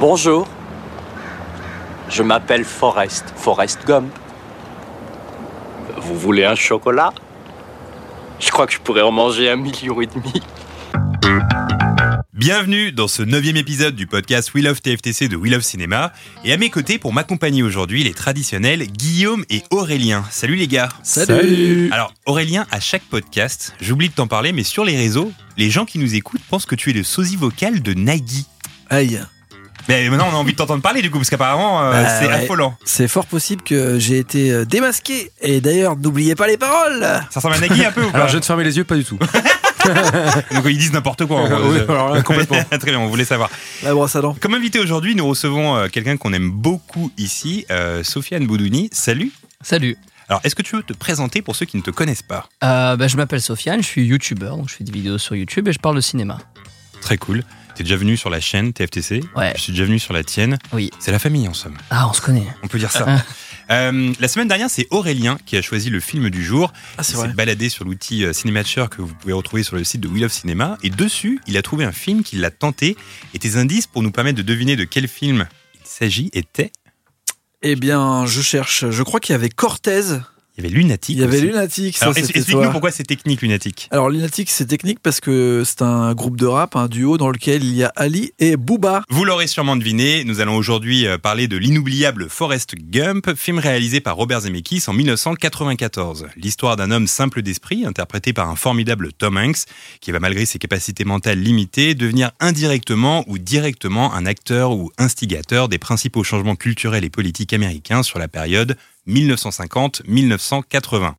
Bonjour. Je m'appelle Forrest, Forrest Gump. Vous voulez un chocolat Je crois que je pourrais en manger un million et demi. Bienvenue dans ce neuvième épisode du podcast We Love TFTC de We Love Cinéma. Et à mes côtés, pour m'accompagner aujourd'hui, les traditionnels Guillaume et Aurélien. Salut les gars Salut Alors Aurélien, à chaque podcast, j'oublie de t'en parler, mais sur les réseaux, les gens qui nous écoutent pensent que tu es le sosie vocal de Nagui. Aïe Mais maintenant, on a envie de t'entendre parler du coup, parce qu'apparemment, euh, Bah c'est ouais. affolant. C'est fort possible que j'ai été euh, démasqué. Et d'ailleurs, n'oubliez pas les paroles Ça ressemble à Nagui un peu ou pas Alors je ne fermais les yeux pas du tout. Donc ils disent n'importe quoi. en gros. Oui, alors là, complètement. Très bien, on voulait savoir. La brosse à dents. Comme invité aujourd'hui, nous recevons euh, quelqu'un qu'on aime beaucoup ici, euh, Sofiane Boudouni. Salut Salut, Alors, est-ce que tu veux te présenter pour ceux qui ne te connaissent pas Euh, bah, je m'appelle Sofiane, je suis youtubeur, donc je fais des vidéos sur YouTube et je parle de cinéma. Très cool. T'es déjà venu sur la chaîne TFTC. Ouais. Je suis déjà venu sur la tienne. Oui. C'est la famille en somme. Ah, on se connaît. On peut dire ça. Euh, la semaine dernière, c'est Aurélien qui a choisi le film du jour. Ah, c'est il vrai. s'est baladé sur l'outil euh, Cinematcher que vous pouvez retrouver sur le site de We Love Cinéma. Et dessus, il a trouvé un film qu'il l'a tenté. Et tes indices pour nous permettre de deviner de quel film il s'agit étaient. Eh bien, je cherche. Je crois qu'il y avait Cortez, Il y avait Lunatic. il y avait aussi. Lunatic. Ça, Alors, c'était explique-nous toi. pourquoi c'est technique, Lunatic. Alors, Lunatic, c'est technique parce que c'est un groupe de rap, un duo dans lequel il y a Ali et Booba. Vous l'aurez sûrement deviné, nous allons aujourd'hui euh, parler de l'inoubliable Forrest Gump, film réalisé par Robert Zemeckis en 1994. L'histoire d'un homme simple d'esprit, interprété par un formidable Tom Hanks, qui va malgré ses capacités mentales limitées devenir indirectement ou directement un acteur ou instigateur des principaux changements culturels et politiques américains sur la période 1950-1980.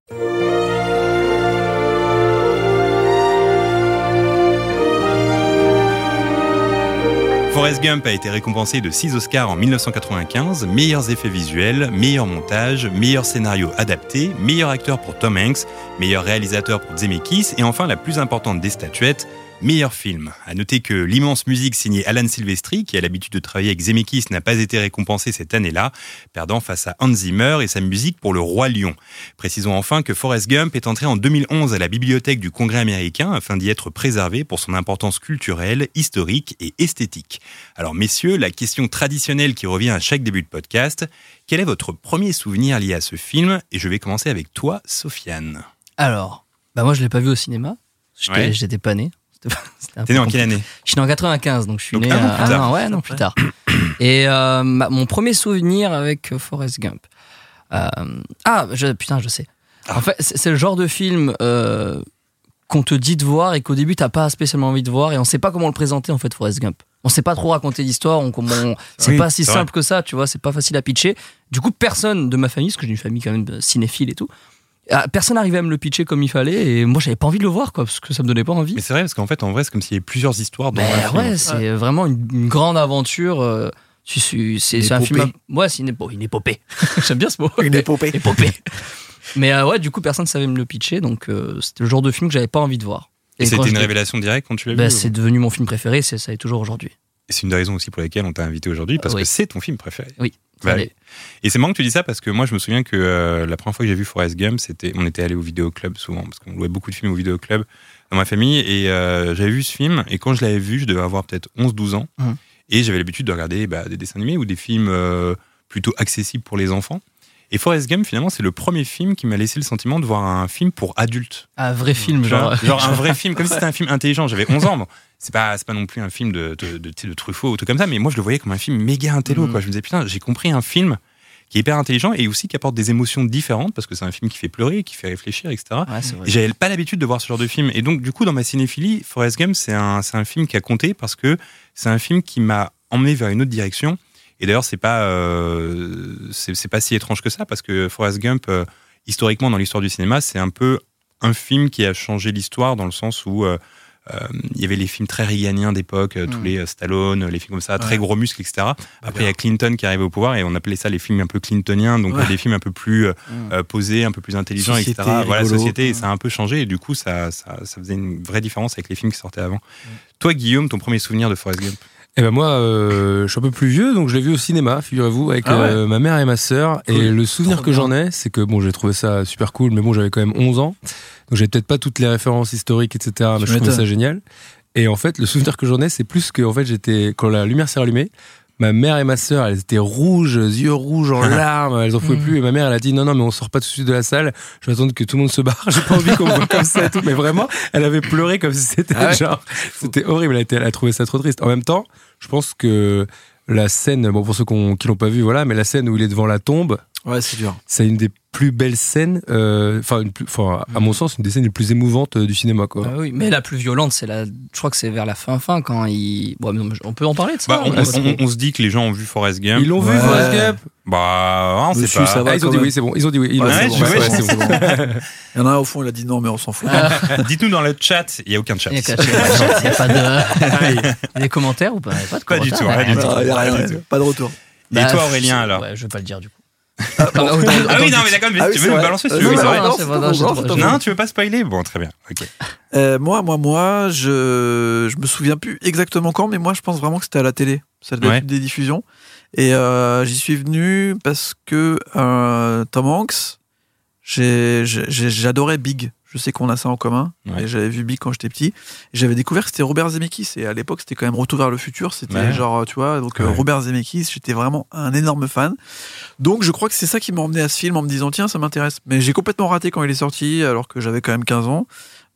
Forrest Gump a été récompensé de 6 Oscars en 1995, meilleurs effets visuels, meilleur montage, meilleur scénario adapté, meilleur acteur pour Tom Hanks, meilleur réalisateur pour Zemeckis et enfin la plus importante des statuettes, meilleur film. À noter que l'immense musique signée Alan Silvestri, qui a l'habitude de travailler avec Zemeckis, n'a pas été récompensée cette année-là, perdant face à Hans Zimmer et sa musique pour Le Roi Lion. Précisons enfin que Forrest Gump est entré en 2011 à la bibliothèque du Congrès américain afin d'y être préservé pour son importance culturelle, historique et esthétique. Alors messieurs, la question traditionnelle qui revient à chaque début de podcast, quel est votre premier souvenir lié à ce film Et je vais commencer avec toi, Sofiane. Alors, bah moi je l'ai pas vu au cinéma, j'étais Ouais. j'étais pas né. C'était pas- c'était un T'es peu né en compliqué. quelle année Je suis né en 95, donc je suis Donc né un an euh, plus un tard. an, ouais, non, plus tard. Et euh, ma- mon premier souvenir avec euh, Forrest Gump. Euh, ah, je- putain, je sais. Ah. En fait, c'est c'est le genre de film euh, qu'on te dit de voir et qu'au début t'as pas spécialement envie de voir et on sait pas comment le présenter en fait Forrest Gump. On sait pas trop raconter l'histoire, on, on- c'est Oui, pas si c'est simple que ça, tu vois, c'est pas facile à pitcher. Du coup, personne de ma famille, parce que j'ai une famille quand même euh, cinéphile et tout, ah, personne n'arrivait à me le pitcher comme il fallait et moi j'avais pas envie de le voir quoi, parce que ça me donnait pas envie. Mais c'est vrai, parce qu'en fait, en vrai, c'est comme s'il y avait plusieurs histoires dans un Ben film. ouais, c'est vraiment une, une grande aventure. euh, tu- tu- C'est Une c'est un film. épopée. à- Ouais, c'est une, épo- une épopée. J'aime bien ce mot. Une épopée. Épopée. Mais euh, ouais, du coup, personne ne savait me le pitcher, donc euh, c'était le genre de film que j'avais pas envie de voir. Et quand c'était je une l'ai- révélation directe quand tu l'as Ben, vu ou- c'est devenu mon film préféré, c'est ça est toujours aujourd'hui. Et C'est une des raisons aussi pour lesquelles on t'a invité aujourd'hui, parce Ah Oui. que c'est ton film préféré. Oui. Ouais. Allez. Et c'est marrant que tu dis ça, parce que moi, je me souviens que euh, la première fois que j'ai vu Forrest Gump, c'était, on était allé au vidéoclub souvent, parce qu'on louait beaucoup de films au vidéoclub dans ma famille, et euh, j'avais vu ce film, et quand je l'avais vu, je devais avoir peut-être 11-12 ans, Mhm. et j'avais l'habitude de regarder bah, des dessins animés ou des films euh, plutôt accessibles pour les enfants. Et Forrest Gump, finalement, c'est le premier film qui m'a laissé le sentiment de voir un film pour adultes. Un vrai film, Tu vois, genre. Genre, un vrai film, comme si c'était un film intelligent. J'avais 11 ans. Bon, c'est pas, c'est pas non plus un film de, de, de, tu sais, de Truffaut ou tout comme ça, mais moi je le voyais comme un film méga intello. Mm. Quoi. Je me disais, putain, j'ai compris un film qui est hyper intelligent et aussi qui apporte des émotions différentes parce que c'est un film qui fait pleurer, qui fait réfléchir, etc. Ouais, c'est vrai. Et J'avais pas l'habitude de voir ce genre de film. Et donc, du coup, dans ma cinéphilie, Forrest Gump, c'est un, c'est un film qui a compté parce que c'est un film qui m'a emmené vers une autre direction. Et d'ailleurs, c'est pas, euh, c'est c'est pas si étrange que ça parce que Forrest Gump, euh, historiquement, dans l'histoire du cinéma, c'est un peu un film qui a changé l'histoire dans le sens où. euh, euh, il y avait les films très réganiens d'époque, euh, tous Mm. les euh, Stallone, les films comme ça, très Ouais. Bah, gros muscles, etc. Après, il y a Clinton qui arrivait au pouvoir et on appelait ça les films un peu clintoniens, donc Ouais. euh, des films un peu plus euh, Mm. euh, posés, un peu plus intelligents, Société, etc. Voilà, rigolo. Mm. société, et ça a un peu changé et du coup, ça, ça, ça faisait une vraie différence avec les films qui sortaient avant. Mm. Toi, Guillaume, ton premier souvenir de Forrest Gump Et ben moi, euh, je suis un peu plus vieux, donc je l'ai vu au cinéma, figurez-vous, avec Ah ouais. euh, ma mère et ma sœur. Cool. Et le souvenir Trop que bien. j'en ai, c'est que bon, j'ai trouvé ça super cool, mais bon, j'avais quand même 11 ans, donc j'ai peut-être pas toutes les références historiques, etc. Mais je trouvais m'étonnes. ça génial. Et en fait, le souvenir que j'en ai, c'est plus que en fait, j'étais quand la lumière s'est allumée. Ma mère et ma sœur, elles étaient rouges, yeux rouges, en larmes, elles en pouvaient Hmm. Mm. plus. Et ma mère, elle a dit non, non, mais on sort pas tout de suite de la salle. Je vais attendre que tout le monde se barre. J'ai pas envie qu'on me voit comme ça et tout. Mais vraiment, elle avait pleuré comme si c'était Ah ouais genre, c'était horrible. Elle a, été- elle a trouvé ça trop triste. En même temps, je pense que la scène, bon pour ceux qu'on- qui l'ont pas vu, voilà, mais la scène où il est devant la tombe, Ouais, c'est dur. c'est une des plus belles scènes, euh, enfin, une plus- enfin, à mon sens, une des scènes les plus émouvantes euh, du cinéma, quoi. Ah oui, mais la plus violente, c'est la. Je crois que c'est vers la fin fin quand il. Bon, mais non, mais on peut en parler de ça. Ah, Bah, on, mais- on- on- on se dit que les gens ont vu Forrest Gump. Ils l'ont Ouais. vu, Forrest Gump Bah, on sait Monsieur, pas. ça va. Ah, Ils ont quand dit même. oui, c'est bon. Ils ont dit oui. Ils Ouais, l'ont ouais, vu, c'est je bon, vois, ouais, c'est bon. Il y en a un au fond, il a dit non, mais on s'en fout. Dites-nous dans le chat, il n'y a aucun chat. Il y a qu'à- il y a pas de. Des commentaires ou pas Il y a Pas de Pas du commentaires, tout, bah, rien du bah, tout. Non, il y a rien, pas de retour. bah, Et toi, Aurélien, alors Ouais, je vais pas le dire du coup. Ah oui, non, mais d'accord, mais Ah oui, tu c'est veux nous vrai. balancer si Euh, tu veux. non, c'est non, vrai. non, c'est vrai, non, c'est Non, vrai, c'est je- vrai. Non, tu veux pas spoiler Bon, très bien. Ok. Euh, moi, moi, moi, je je me souviens plus exactement quand, mais moi, je pense vraiment que c'était à la télé. Ça doit Ouais. être des diffusions. Et euh, j'y suis venu parce que euh, Tom Hanks, j'ai- j'ai- j'ai- j'adorais Big. Je sais qu'on a ça en commun. Ouais. Et j'avais vu Big quand j'étais petit. J'avais découvert que c'était Robert Zemeckis. Et à l'époque, c'était quand même Retour vers le futur. C'était Ouais. genre, tu vois, donc euh, Ouais. Robert Zemeckis, j'étais vraiment un énorme fan. Donc je crois que c'est ça qui m'a emmené à ce film en me disant tiens ça m'intéresse. Mais j'ai complètement raté quand il est sorti alors que j'avais quand même 15 ans.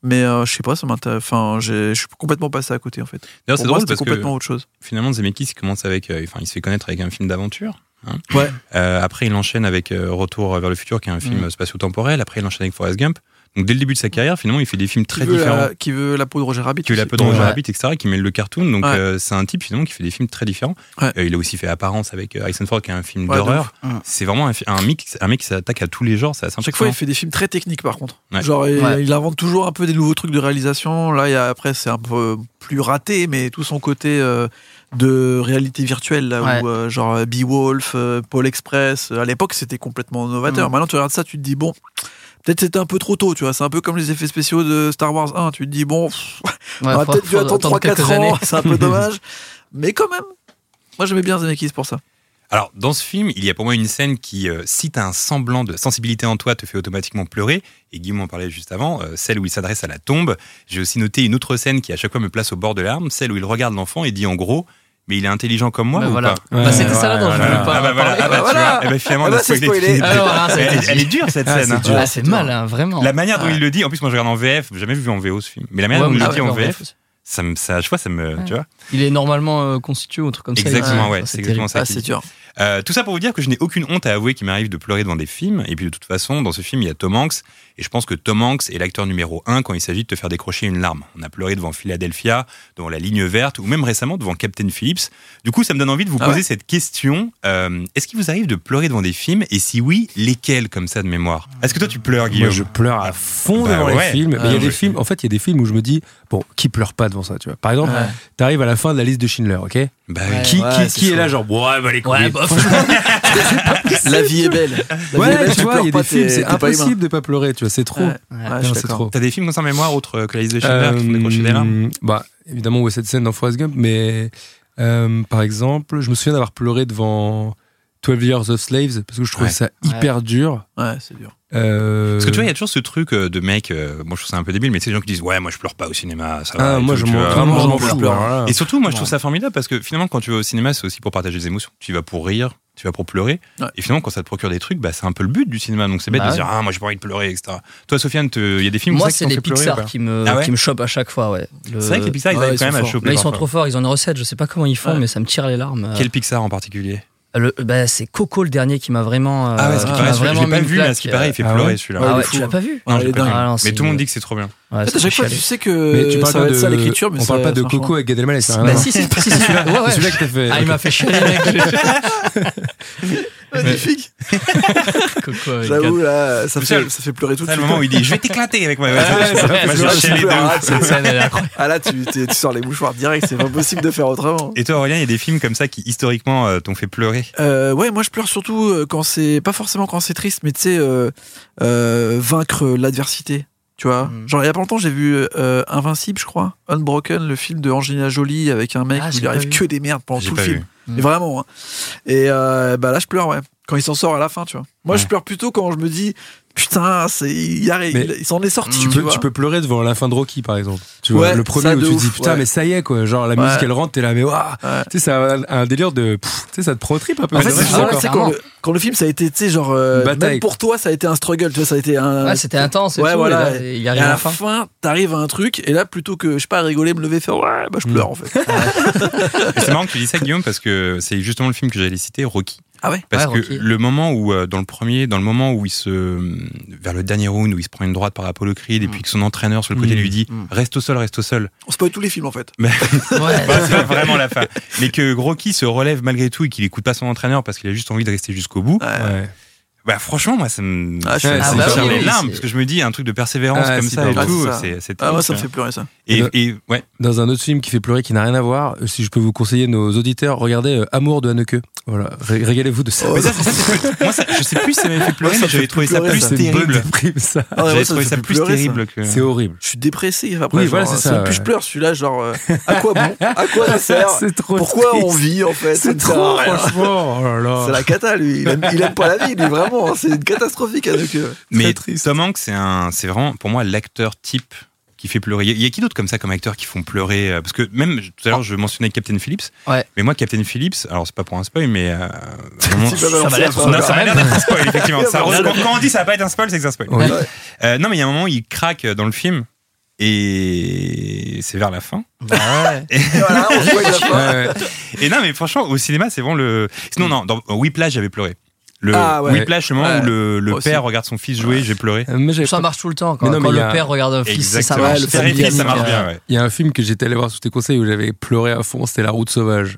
Mais euh, je sais pas, ça m'intéresse. Enfin, j'ai- je suis complètement passé à côté en fait. D'ailleurs, Pour c'est moi, drôle c'était parce complètement que autre chose. finalement, Zemeckis il commence avec. euh, Enfin, il se fait connaître avec un film d'aventure. hein. Ouais. Euh, après, il enchaîne avec euh, Retour vers le futur, qui est un film euh, spatio-temporel. Après, il enchaîne avec Forrest Gump. Donc, dès le début de sa carrière, finalement, il fait des films très qui, veut différents. la, qui veut la peau de Roger Rabbit qui a eu la aussi. peau de Roger Ouais. Rabbit, etc., qui mêle le cartoon. Donc, Ouais. euh, c'est un type finalement qui fait des films très différents. Ouais. Euh, il a aussi fait Apparence avec euh, Harrison Ford, qui est un film Ouais, d'horreur. de ouf. Ouais. C'est vraiment un, fi- un mix, un mec qui s'attaque à tous les genres. C'est assez Chaque fois, il impressionnant. fait des films très techniques par contre. Ouais. Genre, il, Ouais. il invente toujours un peu des nouveaux trucs de réalisation. Là, il y a- après, c'est un peu plus raté, mais tout son côté euh, de réalité virtuelle, là, Ouais. où, euh, genre euh, Beowulf, euh, Pôle Express, euh, à l'époque, c'était complètement novateur. Mm. Maintenant, tu regardes ça, tu te dis, bon. Peut-être c'était un peu trop tôt, tu vois. C'est un peu comme les effets spéciaux de Star Wars 1. Tu te dis, bon, pff, on Ouais, a faut- peut-être dû faut attendre attendre quelques 3-4 années. ans, c'est un peu dommage. Mais quand même, moi j'aimais bien Zemeckis pour ça. Alors, dans ce film, il y a pour moi une scène qui, euh, si t'as un semblant de sensibilité en toi, te fait automatiquement pleurer. Et Guillaume en parlait juste avant, euh, celle où il s'adresse à la tombe. J'ai aussi noté une autre scène qui, à chaque fois, me place au bord de l'arme, celle où il regarde l'enfant et dit en gros, mais il est intelligent comme moi Bah, ou voilà. pas Bah, Ouais, c'était ça là ouais, dont je Voilà. voulais pas. Ah bah voilà, parler, ah bah, quoi. tu Voilà. vois. Eh bah, finalement, Ah on a bah, c'est spoilé le spoilé. film. Alors, voilà, ça a elle, été est- elle est dure cette Ah, scène. c'est hein. dur. Ah, c'est mal, hein, vraiment. La manière dont Ah. il le dit, en plus, moi je regarde en VF, j'ai jamais vu en VO ce film, mais la manière Ouais, dont il mais le dit en j'adore, VF, ouais. ça me, ça, je vois, ça me, Ouais. tu vois. Il est normalement euh, constitué ou un truc comme ça. Exactement, il- ouais, Ah, c'est exactement terrible. ça. Ah, qui- c'est dur. Euh, tout ça pour vous dire que je n'ai aucune honte à avouer qu'il m'arrive de pleurer devant des films. Et puis de toute façon, dans ce film, il y a Tom Hanks. Et je pense que Tom Hanks est l'acteur numéro un quand il s'agit de te faire décrocher une larme. On a pleuré devant Philadelphia, devant La Ligne Verte, ou même récemment devant Captain Phillips. Du coup, ça me donne envie de vous Ah poser ouais cette question. Euh, Est-ce qu'il vous arrive de pleurer devant des films Et si oui, lesquels comme ça de mémoire Est-ce que toi tu pleures, Moi, Guillaume je pleure à fond Bah devant ouais. les films. Mais Ah il y a ouais. des films, en fait, il y a des films où je me dis, bon, qui pleure pas devant ça, tu vois. Par exemple, Ouais. t'arrives à la fin de la liste de Schindler, ok Bah Ouais. Qui, qui, c'est qui est chaud. là, genre, ouais, bah les couilles. Ouais, bah, La vie est belle. La vie est Ouais, belle, tu vois, il y pleures a pas, des films, t'es- c'est t'es pas humain. impossible de pas pleurer, tu vois, c'est trop. Ouais, Ouais. ouais, je Non, suis c'est d'accord. trop. T'as des films comme ça en mémoire, autre que la liste de Schindler, qui font décrocher des hein. larmes Euh, bah, évidemment, où est cette scène dans Forrest Gump, mais euh, par exemple, je me souviens d'avoir pleuré devant 12 Years of Slaves parce que je trouvais Ouais. ça Ouais. hyper dur. Ouais, c'est dur. Euh, Parce que tu vois, il y a toujours ce truc euh, de mec, euh, moi je trouve ça un peu débile, mais tu sais, les gens qui disent Ouais, moi je pleure pas au cinéma, ça va. ah, et moi, tout, je tu m'en vois. vraiment, Moi, je m'en j'en fous. pleure. alors là. Et surtout, moi, je trouve ça formidable parce que finalement, quand tu vas au cinéma, c'est aussi pour partager des émotions. Tu y vas pour rire, tu y vas pour pleurer. Ouais. Et finalement, quand ça te procure des trucs, bah, c'est un peu le but du cinéma. Donc c'est bête Bah de ouais. dire Ah, moi, j'ai pas envie de pleurer, etc. Toi, Sofiane, te- il y a des films Moi, comme ça qui c'est t'ont les fait pleurer, ou Pixar pas qui me, Ah ouais qui me chopent à chaque fois, ouais. Le- C'est vrai que les Pixar, ils Ouais, arrivent ils quand sont même à forts. choper. Là, ils sont parfois. trop forts, ils en ont recette, je sais pas comment ils font, Ouais. mais ça me tire les larmes. euh. Quel Pixar en particulier Le- bah, c'est Coco le dernier qui m'a vraiment. euh, Ah ouais, ce qui qui paraît, m'a celui- je l'ai vraiment pas mis une vu, mais à claque, ce qui euh. paraît, il fait Ah ouais. pleurer celui-là. Ouais, Ah il est ouais, fou. tu l'as pas vu Non, Ouais, j'ai il est pas vu. dingue. Ah non, mais c'est- tout le monde dit que c'est trop bien. En Ouais, fait, ça à chaque me fois, fait tu chialer. sais que. Mais tu Euh, ça parles va pas être de... ça l'écriture, mais on parle ça- pas de ça marche Coco hein. avec Gad Elmaleh, c'est rien à Bah, voir. si, si, si, si, si, celui-là. Ouais, C'est ouais. celui-là que t'as fait. Ah, il m'a fait chialer, mec. pas. Magnifique. Coco avec Gad. J'avoue, là, ça Mais ça, fait, ça fait pleurer tout de C'est suite. le moment où il dit Je vais t'éclater avec moi. Ouais, Ah, ça, ouais, c'est vrai, moi, c'est vrai, j'ai c'est chialé de super, ouf. hein. Cette scène, elle est incroyable. Ah là, tu, tu- tu sors les mouchoirs direct, c'est pas possible de faire autrement. Et toi, Aurélien, il y a des films comme ça qui, historiquement, euh, t'ont fait pleurer Euh, ouais, moi je pleure surtout euh, quand c'est. Pas forcément quand c'est triste, mais tu sais, euh, euh, vaincre euh, l'adversité. Tu vois Mm. Genre, il y a pas longtemps, j'ai vu euh, Invincible, je crois. Unbroken, le film de Angelina Jolie avec un mec Ah, qui j'ai lui arrive pas vu. Mm. que des merdes pendant J'ai tout le pas film. vu. Mais vraiment. hein. Et euh, bah là, je pleure, ouais. Quand il s'en sort à la fin, tu vois. Moi, Ouais. je pleure plutôt quand je me dis, Putain, c'est, il, y arrive, Mais il- il s'en est sorti. Tu, tu peux, vois. tu peux pleurer devant la fin de Rocky, par exemple. Tu Ouais, vois, le premier ça, où de tu te ouf, dis putain, ouais. mais ça y est, quoi. Genre, la Ouais. musique elle rentre, t'es là, mais waouh. Ouais. Tu sais, ça a un délire de. pff, tu sais, ça te prend au trip un peu. En fait, Ouais, c'est souvent, d'accord. tu sais, quand, le, quand le film, ça a été, tu sais, genre, euh, Bataille, même quoi. pour toi, ça a été un struggle, tu vois, ça a été un. Ouais, c'était intense et Ouais, tout, voilà. et là, il et arrive à la enfin. fin, t'arrives à un truc, et là, plutôt que, je sais pas, rigoler, me lever, faire ouais, bah je Mm. pleure en fait. Et C'est marrant que tu dis ça, Guillaume, parce que c'est justement le film que j'allais citer, Rocky. Ah ouais Parce Ouais, que Rocky. le moment où, euh, dans le premier, dans le moment où il se. mm, vers le dernier round, où il se prend une droite par Apollo Creed, et puis que son entraîneur sur le côté Mm. lui dit Mm. Reste au sol, reste au sol. On spoil tous les films en fait. Ouais. Enfin, c'est pas vraiment la fin. Mais que Rocky se relève malgré tout et qu'il écoute pas son entraîneur parce qu'il a juste envie de rester jusqu'au bout. Ouais. Bah, franchement, moi, ça me. Ah, je ça suis- me Ah, fait bah faire oui, des oui, larmes, c'est- parce que je me dis un truc de persévérance Ah, comme c'est ça et pas tout. vrai. c'est- c'est Ah, moi, ça me terrible. fait pleurer ça. Et, et- ouais. Dans un autre film qui fait pleurer, qui n'a rien à voir, euh, si je peux vous conseiller nos auditeurs, regardez euh, Amour de Haneke. Voilà, Ré- régalez-vous de ça. Oh, Mais ça, c'est- ça, c'est plus- moi, ça- je sais plus si ça m'avait fait pleurer, Moi, ça mais me j'avais fait trouvé ça pleurer, plus ça. C'est une bonne terrible. déprime, Ah ça. ouais, J'avais moi, trouvé me ça fait plus pleurer, ça. terrible que. C'est horrible. Je suis dépressif après. Oui, voilà, genre, c'est ça, euh, Plus ouais. je pleure, celui-là, genre, euh, à quoi bon À quoi ça sert C'est trop Pourquoi triste. on vit en fait Ça C'est ne sert trop, à rien. franchement. Oh là là. C'est la cata, lui. Il aime, il aime pas la vie, lui, vraiment. hein. C'est une catastrophique avec eux. Mais Tom Hanks, c'est un, c'est vraiment pour moi l'acteur type qui fait pleurer. Il y a qui d'autre comme ça comme acteur qui font pleurer euh, Parce que même je- tout à l'heure je mentionnais Captain Phillips. Ouais. Mais moi Captain Phillips, alors c'est pas pour un spoil, mais euh, vraiment- Tu vas ça balancer va l'être, un peu. Non, ça va l'air d'être un spoil, effectivement. Ça Ça va ressemble- l'être. quand on dit ça va pas être un spoil, c'est que c'est un spoil. Ouais. Euh, non, mais il y a un moment, il craque dans le film et c'est vers la fin. Bah ouais. Et voilà, on se voit la fin. Ouais, ouais. Et non, mais franchement, au cinéma, c'est vraiment le. Sinon, non, dans Whiplash, j'avais pleuré. Le Ah ouais. Whiplash, le moment Ouais. où le, le Moi aussi. père regarde son fils jouer, j'ai pleuré. Mais j'avais Ça pas- marche tout le temps. Quand, Mais non, quand mais il y le a- père regarde un fils, ça Exactement. marche. le c'est Père et fils, ça dynamique, marche bien, euh, ouais. Il y a un film que j'étais allé voir sous tes conseils où j'avais pleuré à fond, c'était La Route Sauvage.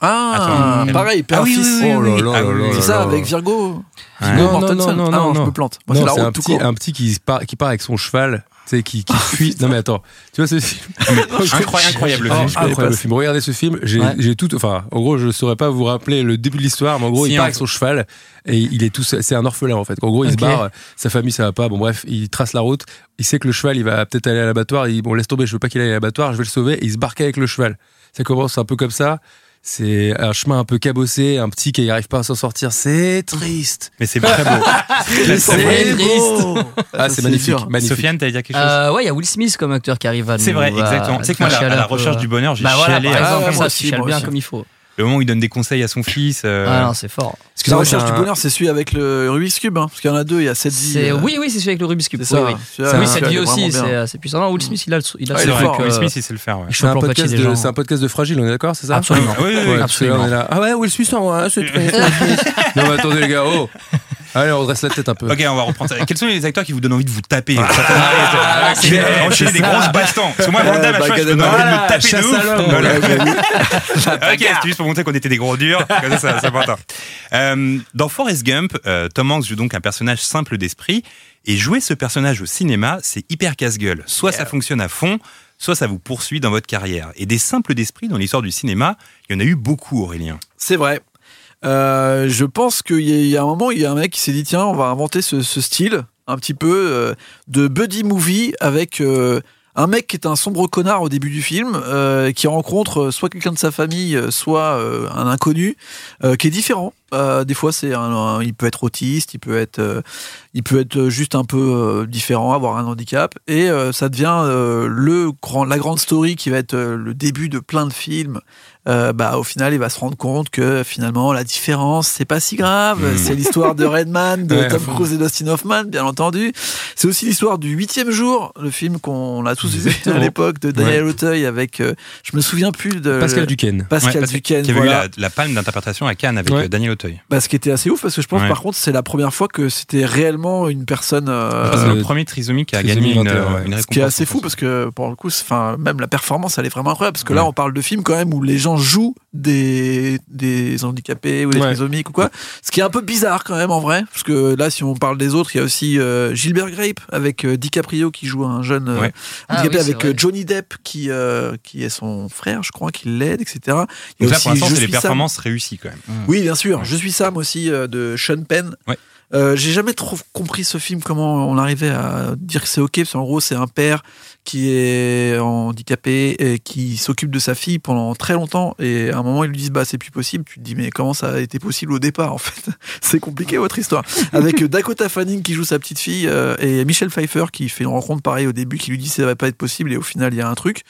Ah, Attends. pareil, père Ah oui, fils. oui, oui, oh oui. là là Ah là oui, là oui. C'est là ça là. avec Virgo Ouais. Non, non, Mortensen. non, non, Ah non, je non. me plante. Moi, Non, c'est la c'est un route tout petit, court. un petit qui, se part, qui part avec son cheval, tu sais, qui, qui fuit. Non mais attends, tu vois ce film Incroyable, incroyable le Oh, film. Incroyable le film. Regardez ce film. J'ai Ouais. j'ai tout. Enfin, en gros, je saurais pas vous rappeler le début de l'histoire, mais en gros, Si, il part en avec fait. son cheval et il est tout. seul. C'est un orphelin en fait. En gros, il Ok. se barre. Sa famille, ça va pas. Bon, bref, il trace la route. Il sait que le cheval, il va peut-être aller à l'abattoir. Il dit, bon, laisse tomber. Je veux pas qu'il aille à l'abattoir. Je vais le sauver. Et il se barque avec le cheval. Ça commence un peu comme ça. C'est un chemin un peu cabossé, un petit qui n'arrive pas à s'en sortir. C'est triste. Mais c'est très beau. Il s'en C'est fout. triste. Ça, Ah, c'est c'est magnifique. dur. magnifique. Sofiane, t'allais dire quelque chose Euh, ouais, il y a Will Smith comme acteur qui arrive à C'est nous, vrai, à- exactement. à C'est que faire moi, à chialer la, un à la peu. recherche du bonheur, j'ai Bah voilà, chialé. par à- exemple, moi comme ça, aussi, tu chiales moi bien aussi. comme il faut. le moment où il donne des conseils à son fils. euh, Ah non, c'est fort. La Excusez-moi, recherche c'est du un- bonheur, c'est celui avec le Rubik's Cube, hein, parce qu'il y en a deux, il y a 7 vies. C'est euh, oui, oui, c'est celui avec le Rubik's Cube. C'est ça. oui, oui. celui-là, Oui, celui-là, cette il vie est aussi, vraiment c'est bien. euh, c'est puissant. Non, Will Smith, il a, le- il a Ah, ce c'est il est vrai truc, fort, que euh, Will Smith, il sait le faire. ouais. il C'est chope un, l'empathie podcast des de, gens. c'est un podcast de fragile, on est d'accord, c'est ça Absolument. Oui, oui, oui, Ouais, parce que absolument. là, on est là. Ah ouais, Will Smith, on va- ah, c'est très- Non, mais attendez, les gars, oh. Allez, on redresse la tête un peu. Ok, on va reprendre ça. Quels sont les acteurs qui vous donnent envie de vous taper Ah, Je vais c'est- enchaîner des grosses bastons. Parce que moi, Van Damme, à chaque fois, je me donne envie de me taper de ouf. Voilà. Ok, c'est juste pour montrer qu'on était des gros durs. Comme ça, ça, c'est important. Euh, dans Forrest Gump, euh, Tom Hanks joue donc un personnage simple d'esprit. Et jouer ce personnage au cinéma, c'est hyper casse-gueule. Soit ça fonctionne à fond, soit ça vous poursuit dans votre carrière. Et des simples d'esprit dans l'histoire du cinéma, il y en a eu beaucoup, Aurélien. C'est vrai. Euh, je pense qu'il y, a- il y a un moment, il y a un mec qui s'est dit tiens, on va inventer ce, ce style un petit peu euh, de buddy movie avec euh, un mec qui est un sombre connard au début du film, euh, qui rencontre euh, soit quelqu'un de sa famille, euh, soit euh, un inconnu, euh, qui est différent. Euh, des fois, c'est un- un- il peut être autiste, il peut être, euh, il peut être juste un peu euh, différent, avoir un handicap, et euh, ça devient euh, le grand, la grande story qui va être euh, le début de plein de films euh, bah, au final, il va se rendre compte que finalement, la différence, c'est pas si grave. Mmh. C'est l'histoire de Redman, de Ouais, Tom faut- Cruise et d'Austin Hoffman, bien entendu. C'est aussi l'histoire du huitième jour, le film qu'on a tous vu Exactement. à l'époque de Daniel Auteuil avec, euh, je me souviens plus de Pascal Duquesne. Pascal Ouais, parce- Duquesne, Qui a voilà. eu la, la palme d'interprétation à Cannes avec Ouais. euh, Daniel Auteuil. Bah, ce qui était assez ouf parce que je pense Ouais. par contre c'est la première fois que c'était réellement une personne euh, Ah, C'est le Euh, premier trisomique qui a gagné Trisomie une, 21, euh, ouais. une récompense. Ce qui est assez fou parce que pour le coup, c'est- enfin, même la performance, elle est vraiment incroyable parce que là, Ouais. on parle de films quand même où les gens jouent des, des handicapés ou des Ouais. trisomiques ou quoi. Ce qui est un peu bizarre quand même en vrai, parce que là, si on parle des autres, il y a aussi euh, Gilbert Grape avec euh, DiCaprio qui joue un jeune euh, Ouais. Ah handicapé oui, c'est avec euh, vrai. Johnny Depp qui, euh, qui est son frère, je crois, qui l'aide, etc. Il y a Donc là, aussi pour l'instant, c'est Je les suis Sam. performances réussies quand même. Oui, bien sûr. Je suis Sam aussi euh, de Sean Penn. Ouais. Euh, j'ai jamais trop compris ce film, comment on arrivait à dire que c'est ok, parce qu'en gros, c'est un père qui est handicapé et qui s'occupe de sa fille pendant très longtemps, et à un moment, ils lui disent, bah, c'est plus possible. Tu te dis, mais comment ça a été possible au départ, en fait? c'est compliqué, votre histoire. Avec euh, Dakota Fanning qui joue sa petite fille, euh, et Michelle Pfeiffer qui fait une rencontre pareille au début, qui lui dit, ça va pas être possible, et au final, il y a un truc.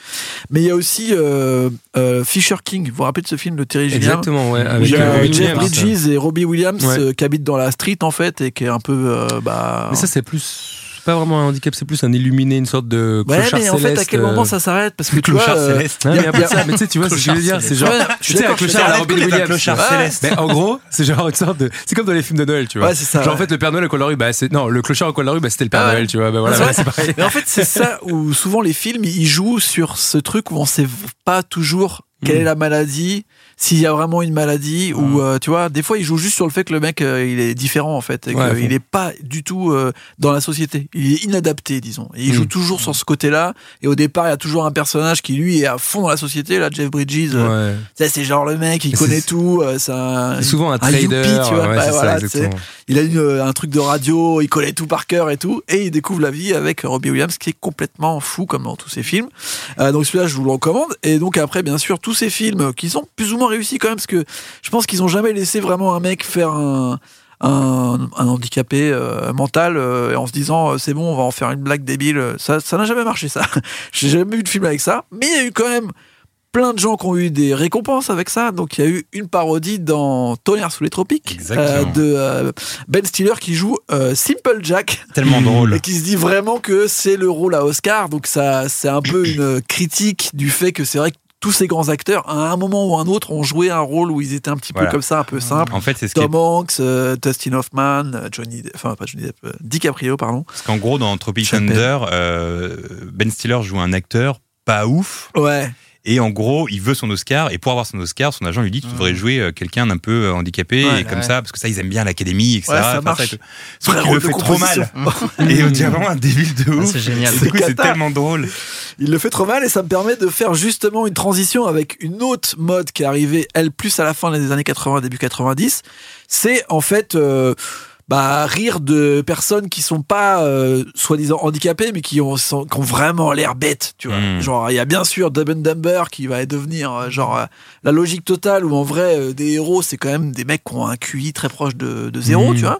Mais il y a aussi, euh, euh, Fisher King. Vous vous rappelez de ce film de Terry Gilliam? Exactement, ouais. Avec Avec Jeff euh, Williams. Bridges et Robbie Williams Ouais. euh, qui habitent dans la street en fait et qui est un peu euh, bah Mais ça, c'est plus. Pas vraiment un handicap, c'est plus un illuminé, une sorte de. ouais clochard mais en fait à céleste, quel moment euh, ça s'arrête parce que tu vois Clochard euh, céleste. Non, Y a- mais y a- après ça, mais tu sais, tu vois ce que je veux dire, c'est genre. ouais, je suis Tu sais, un d'accord, je suis clochard à la d'accord. Robin Clochard Williams. céleste. Ouais. céleste. Mais en gros, c'est genre une sorte de. C'est comme dans les films de Noël, tu vois. Ouais, c'est ça, Genre, en ouais. fait, le Père Noël au coin de la rue, bah, c'est. Non, le clochard au coin de la rue, bah, c'était le Père Ah ouais. Noël, tu vois. Bah, voilà, C'est vrai. bah, c'est pareil. mais en fait c'est ça où souvent les films ils jouent sur ce truc où on sait pas toujours quelle Mm. est la maladie s'il y a vraiment une maladie ou euh, tu vois des fois ils jouent juste sur le fait que le mec euh, il est différent en fait et Ouais, qu'il fond. est pas du tout euh, dans la société il est inadapté disons et il Mm. joue toujours sur ce côté là et au départ il y a toujours un personnage qui lui est à fond dans la société là Jeff Bridges euh, Ouais. Tu sais, c'est genre le mec, il Et connaît c'est- tout, euh, c'est un- C'est souvent un trader. youpi, tu vois, ouais, bah, c'est voilà, ça, exactement. il a eu euh, un truc de radio, il connaît tout par cœur et tout, et il découvre la vie avec Robbie Williams qui est complètement fou comme dans tous ses films. Euh, donc celui-là, je vous le recommande. Et donc après, bien sûr, tous ces films qui sont plus ou moins réussis quand même, parce que je pense qu'ils ont jamais laissé vraiment un mec faire un un, un handicapé euh, mental euh, et en se disant euh, c'est bon on va en faire une blague débile ça ça n'a jamais marché ça j'ai jamais vu de film avec ça mais il y a eu quand même plein de gens qui ont eu des récompenses avec ça. Donc il y a eu une parodie dans Tonnerre sous les tropiques euh, Exactement. de euh, Ben Stiller qui joue euh, Simple Jack Tellement drôle. et qui se dit vraiment que c'est le rôle à Oscar. Donc ça c'est un peu une critique du fait que c'est vrai que tous ces grands acteurs, à un moment ou un autre, ont joué un rôle où ils étaient un petit Voilà. peu comme ça, un peu simple. En fait, c'est ce qui est Tom Hanks, euh, Dustin Hoffman, euh, Johnny, Depp- enfin pas Johnny Depp, euh, DiCaprio, pardon. Parce qu'en gros, dans Tropic Chapelle. Thunder, euh, Ben Stiller joue un acteur pas ouf. Ouais. Et en gros, il veut son Oscar. Et pour avoir son Oscar, son agent lui dit Tu devrais jouer euh, quelqu'un d'un peu euh, handicapé. Mm. Ouais, et comme ouais. ça, parce que ça, ils aiment bien l'académie, etc. Ouais, ça Enfin, marche. et tout. Sauf qu'il le fait trop mal. Mm. Et euh, on dirait vraiment un débile de Ah, ouf. c'est génial. Et du coup, Mm. C'est c'est cata. tellement drôle. Il le fait trop mal et ça me permet de faire justement une transition avec une autre mode qui est arrivée, elle, plus à la fin des années 80, début 90. C'est en fait euh, bah, rire de personnes qui sont pas euh, soi-disant handicapées, mais qui ont, sont- qui ont vraiment l'air bêtes, tu vois. Mm. Genre, il y a bien sûr Dumb and Dumber qui va devenir euh, genre euh, la logique totale où en vrai, euh, des héros, c'est quand même des mecs qui ont un QI très proche de, de zéro, Mm. Hmm. tu vois.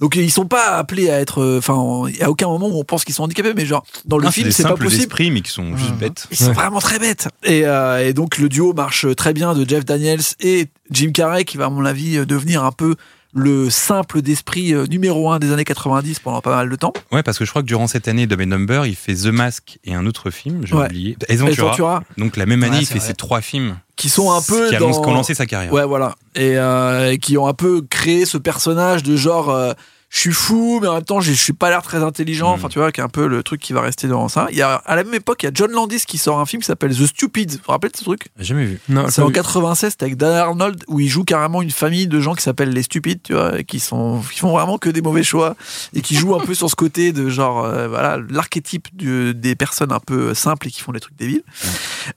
Donc, ils sont pas appelés à être. euh, Enfin, à aucun moment où on pense qu'ils sont handicapés, mais genre, dans le Non, film, Ah, des c'est pas simples possible. Mm. esprits, mais qui sont juste Mhm. bêtes. Ils sont Ouais. vraiment très bêtes. Et, euh, et donc le duo marche très bien de Jeff Daniels et Jim Carrey, qui va à mon avis euh, devenir un peu le simple d'esprit euh, numéro un des années 90 pendant pas mal de temps. Ouais, parce que je crois que durant cette année, Dumb and Dumber, il fait The Mask et un autre film, j'ai Ouais. oublié. Et Aventura. Ventura, Donc la même année, Ouais, il c'est fait vrai. ces trois films qui sont un peu qui, dans... annoncent- qui ont lancé sa carrière. Ouais, voilà. Et, euh, et qui ont un peu créé ce personnage de genre, euh, je suis fou, mais en même temps, je je suis pas l'air très intelligent. Mm. Enfin, tu vois, qui est un peu le truc qui va rester dans ça. Il y a, à la même époque, il y a John Landis qui sort un film qui s'appelle The Stupid. Vous vous rappelez de ce truc J'ai Jamais vu. Non, C'est en 96, c'était avec Dan Arnold, où il joue carrément une famille de gens qui s'appellent les stupides, tu vois, et qui, sont, qui font vraiment que des mauvais choix, et qui jouent un peu sur ce côté de genre, euh, voilà, l'archétype du- des personnes un peu simples et qui font des trucs débiles.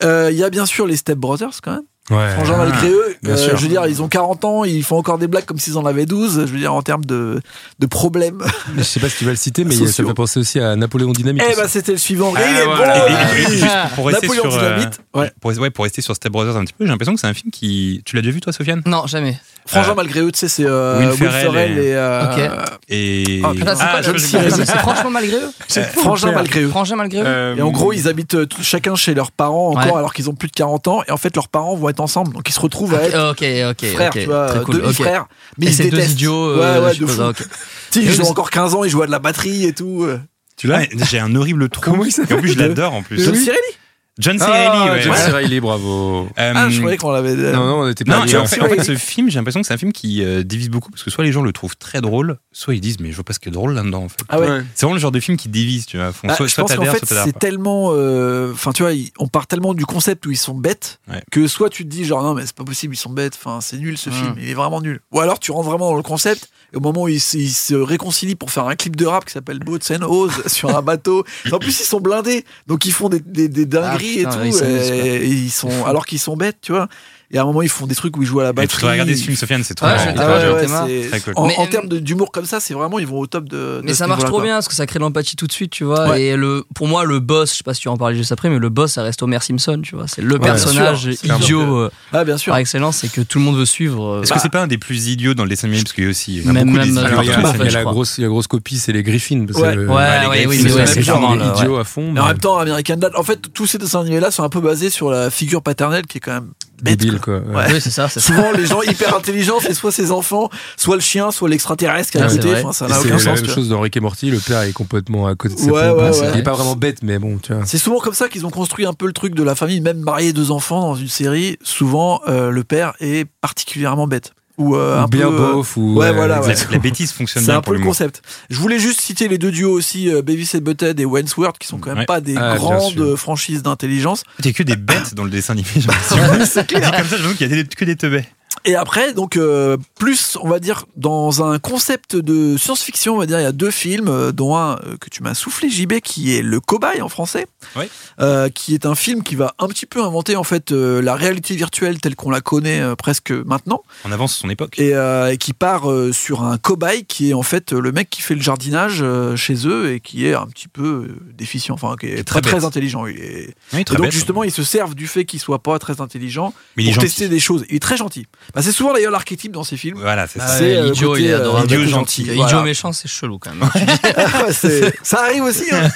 Euh, Il y a bien sûr les Step Brothers, quand même. Ouais. Frangin malgré eux, bien euh, sûr. je veux dire, ils ont 40 ans, ils font encore des blagues comme s'ils en avaient 12, je veux dire, en termes de, de problèmes. Je sais pas si tu vas le citer, mais ça Sociaux. fait penser aussi à Napoléon Dynamite. Eh aussi. ben, c'était le suivant. Ah, Il est voilà. bon, euh, Et- et- et juste pour rester Napoléon sur, euh, Dynamite. Ouais. Pour, ouais, pour rester sur Step Brothers un petit peu, j'ai l'impression que c'est un film qui. Tu l'as déjà vu, toi, Sofiane Non, jamais. Frangin euh, malgré eux, tu sais, c'est euh, Will Will Ferrell Ferrell et... euh, Et. Ah, putain, Attends, c'est quoi je- le- je- c'est- C'est franchement malgré eux Frangin malgré eux. Frangin malgré eux Euh, Et en gros, ils habitent euh, tous- chacun chez leurs parents encore, Ouais. alors qu'ils ont plus de 40 ans. Et en fait, leurs parents vont être ensemble. Donc, ils se retrouvent à Ok, être ok, Ah, ok. frères, ok, tu vois, euh, très cool. demi ok. frères. Mais Et ils se c'est deux détestent. idiots. ouais, euh, ouais, je de suppose. fou. Ah, ok. Tu sais, ils Et ont c'est- encore 15 ans, ils jouent à de la batterie et tout. euh. Tu l'as J'ai un horrible trou. Comment il s'appelle Et en plus, je l'adore en plus. John Cirelli John C. Ah, Reilly, ouais. James Ouais. Reilly, bravo. Euh, Ah, je croyais qu'on l'avait. euh, Non, non, on était pas Non, liés, et en hein. fait, en fait, ce film, j'ai l'impression que c'est un film qui euh, divise beaucoup parce que soit les gens le trouvent très drôle, soit ils disent mais je vois pas ce qui est drôle là-dedans. En fait. Ah ouais. C'est vraiment le genre de film qui divise, tu vois. à fond. Bah, soit je soit pense qu'en t'adhères, fait, soit t'adhères c'est pas. tellement. euh, Enfin, tu vois, ils- on part tellement du concept où ils sont bêtes Ouais. Hmm. que soit tu te dis, genre, non, mais c'est pas possible, ils sont bêtes, enfin, c'est nul ce film, il est vraiment nul. Ou alors tu rentres vraiment dans le concept, et au moment où ils, se- ils se réconcilient pour faire un clip de rap qui s'appelle Boats and Oz sur un bateau. En plus, ils sont blindés, donc ils font des, des- des dingueries Ah, putain, et ils tout, s'amusent, et- quoi. et ils sont, alors qu'ils sont bêtes, tu vois. Et à un moment, ils font des trucs où ils jouent à la Et batterie. tu dois regarder ce film, Sofiane, c'est trop Ah, marrant. Ah ouais, je- Très ouais, cool. c'est- Très cool. En, Mais- euh, en termes de- d'humour comme ça, c'est vraiment, ils vont au top de. de Mais ce ça marche niveau-là, trop quoi. bien parce que ça crée de l'empathie tout de suite, tu vois. Ouais. Et le, pour moi, le boss, je sais pas si tu en parlais juste après, mais le boss, ça reste Homer Simpson, tu vois. C'est le bien personnage sûr, c'est clair. idiot euh, Ah, bien sûr. par excellence et que tout le monde veut suivre. euh, Bah. Est-ce que c'est pas un des plus idiots dans le dessin animé Parce qu'il y a aussi il y en a Même- beaucoup euh, même des dans idiots le Alors, il y a, dans le cartoon. dessin il y a je la crois. grosse, la grosse copie, c'est les Griffins. parce que Ouais. le- Ouais, bah, ouais, les oui, Griffins, mais c'est ouais, un c'est genre vraiment le- idiot à fond. Mais en mais même temps, American Dad, en fait, tous ces dessins animés-là sont un peu basés sur la figure paternelle qui est quand même bête. débile, quoi. quoi. Ouais. Oui, c'est ça, c'est ça. Souvent, les gens hyper intelligents, c'est soit ses enfants, soit le chien, soit l'extraterrestre qui est à Ouais, c'est côté. vrai. Enfin, ça Et n'a Ah, C'est aucun la sens. même tu vois. chose dans Rick et Morty, le père est complètement à côté de ses Ouais, pompes. ouais, C'est- ouais. Il est pas vraiment bête, mais bon, tu vois. C'est souvent comme ça qu'ils ont construit un peu le truc de la famille, même marier deux enfants dans une série. Souvent, euh, le père est particulièrement bête. Ou euh, un Ou bien peu. euh, bof, ou. ouais, voilà, ouais. exact. La, la bêtise fonctionne c'est bien un peu pour le l'humour. concept. Je voulais juste citer les deux duos aussi, euh, Babysit Butthead et Wentworth, qui sont quand même Ouais. pas des Ah, bien grandes sûr. euh, franchises d'intelligence. T'es que des bêtes dans le dessin animé. j'ai l'impression. C'est Dit clair. comme ça, j'avoue qu'il y a des- que des teubés. Et après, donc, euh, plus, on va dire, dans un concept de science-fiction, on va dire, il y a deux films, euh, dont un euh, que tu m'as soufflé, JB, qui est Le Cobaye en français, Oui. Euh, qui est un film qui va un petit peu inventer, en fait, euh, la réalité virtuelle telle qu'on la connaît euh, presque maintenant, On avance son époque. et, euh, et qui part euh, sur un cobaye qui est, en fait, euh, le mec qui fait le jardinage euh, chez eux et qui est un petit peu euh, déficient, enfin, qui est, très très, bête. très intelligent. Il est- Oui, Et très donc, bête. hein. justement, ils se servent du fait qu'il soit pas très intelligent mais il est pour gentil. tester des choses. Il est très gentil. Bah, c'est souvent d'ailleurs l'archétype dans ces films. Voilà, c'est Ah ça. ouais, euh, l'idiot, côté, il est euh, adorable. idiot L'idiot gentil. Voilà. méchant, c'est chelou quand même. Ouais, c'est- ça arrive aussi. hein.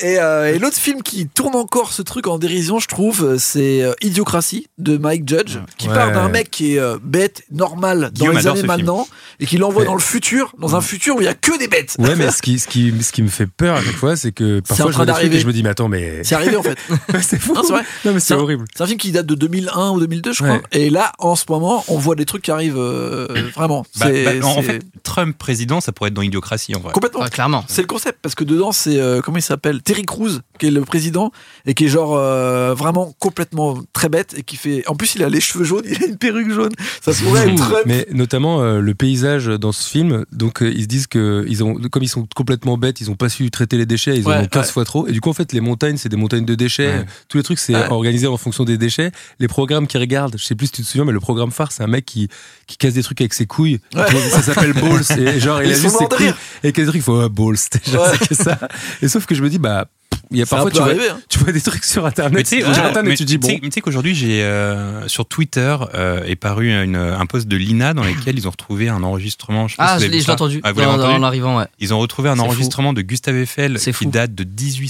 Et, euh, et l'autre film qui tourne encore ce truc en dérision, je trouve, euh, c'est euh, Idiocratie de Mike Judge, qui Ouais. parle d'un mec qui est euh, bête, normal, dans Guillaume les adore années ce film. maintenant, et qui l'envoie Mais- dans le futur, dans un futur où il y a que des bêtes. Ouais, mais ce qui, ce, qui, ce qui me fait peur à chaque fois, c'est que en parfois je train vois des trucs d'arriver. et je me dis, mais attends, mais. C'est arrivé en fait. c'est fou. Non, Ah, c'est vrai. Non, mais c'est un- horrible. C'est un film qui date de 2001 ou 2002, je crois. Ouais. Et là, en ce moment, on voit des trucs qui arrivent euh, vraiment. Bah, C'est bah, en c'est en fait, Trump président, ça pourrait être dans Idiocratie en vrai. complètement. Ouais, clairement. C'est le concept parce que dedans c'est euh, comment il s'appelle Terry Crews qui est le président et qui est genre euh, vraiment complètement très bête et qui fait en plus il a les cheveux jaunes il a une perruque jaune ça se pourrait être Trump Mais notamment euh, le paysage dans ce film, donc euh, ils se disent que ils ont, comme ils sont complètement bêtes, ils ont pas su traiter les déchets, ils en Ouais, ont 15 ouais. fois trop. Et du coup, en fait, les montagnes, c'est des montagnes de déchets. Ouais. Tous les trucs, c'est Ouais. organisé en fonction des déchets. Les programmes qu'ils regardent, je sais plus si tu te souviens, mais le programme phare, c'est un mec qui, qui casse des trucs avec ses couilles. Ouais. Ça s'appelle Balls. Et genre, il Ils a sont juste ses morts de couilles. rire. Et casse des trucs, il faut, oh, ouais, Balls. Déjà, Ouais. c'est que ça. Et sauf que je me dis, bah, pff, il y a Ça parfois, peut tu vois, arriver, hein. tu vois des trucs sur Internet. tu sais, sur aujourd'hui- Internet, mais tu te dis, tu sais- bon. mais tu sais qu'aujourd'hui, j'ai euh, sur Twitter euh, est paru une- un post de Lina dans lequel ils ont retrouvé un enregistrement. Je sais pas si Ah, vous je avez l'ai vu je l'ai ça. entendu Ah, vous l'avez dans, entendu dans l'arrivant, ouais. Ils ont retrouvé un C'est enregistrement de Gustave Eiffel C'est qui fou. date de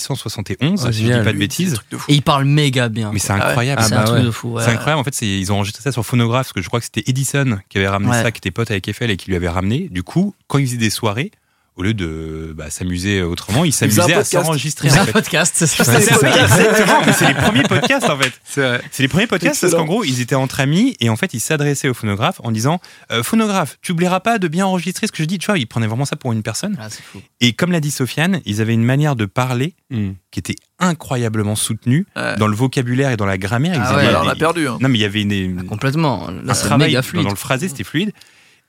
1871, Ah, si je génial. dis pas de Lui, c'est bêtises. des trucs de fou. Et il parle méga bien. Mais quoi. c'est incroyable. Ah, c'est bah un truc ouais. de fou. ouais. C'est incroyable. En fait, c'est- ils ont enregistré ça sur phonographe, parce que je crois que c'était Edison qui avait ramené Ouais. ça, qui était pote avec Eiffel et qui lui avait ramené. Du coup, quand ils faisaient des soirient, au lieu de bah, s'amuser autrement, ils faisaient un s'amusaient à podcast. s'enregistrer. C'est en un fait. podcast, c'est ça. C'est des ça, podcasts. exactement. Mais C'est les premiers podcasts en fait. C'est vrai. C'est les premiers podcasts parce Excellent. qu'en gros, ils étaient entre amis et en fait, ils s'adressaient au phonographe en disant euh, Phonographe, tu oublieras pas de bien enregistrer ce que je dis. Tu vois, ils prenaient vraiment ça pour une personne. Ah, c'est fou. Et comme l'a dit Sofiane, ils avaient une manière de parler Hmm. qui était incroyablement soutenue Ouais. dans le vocabulaire et dans la grammaire. Ils Ah avaient- ouais. il y Alors, avait- on a perdu hein. Non, mais il y avait une, une- Complètement. un Là, c'est travail méga dans, fluide. dans le phrasé, c'était fluide.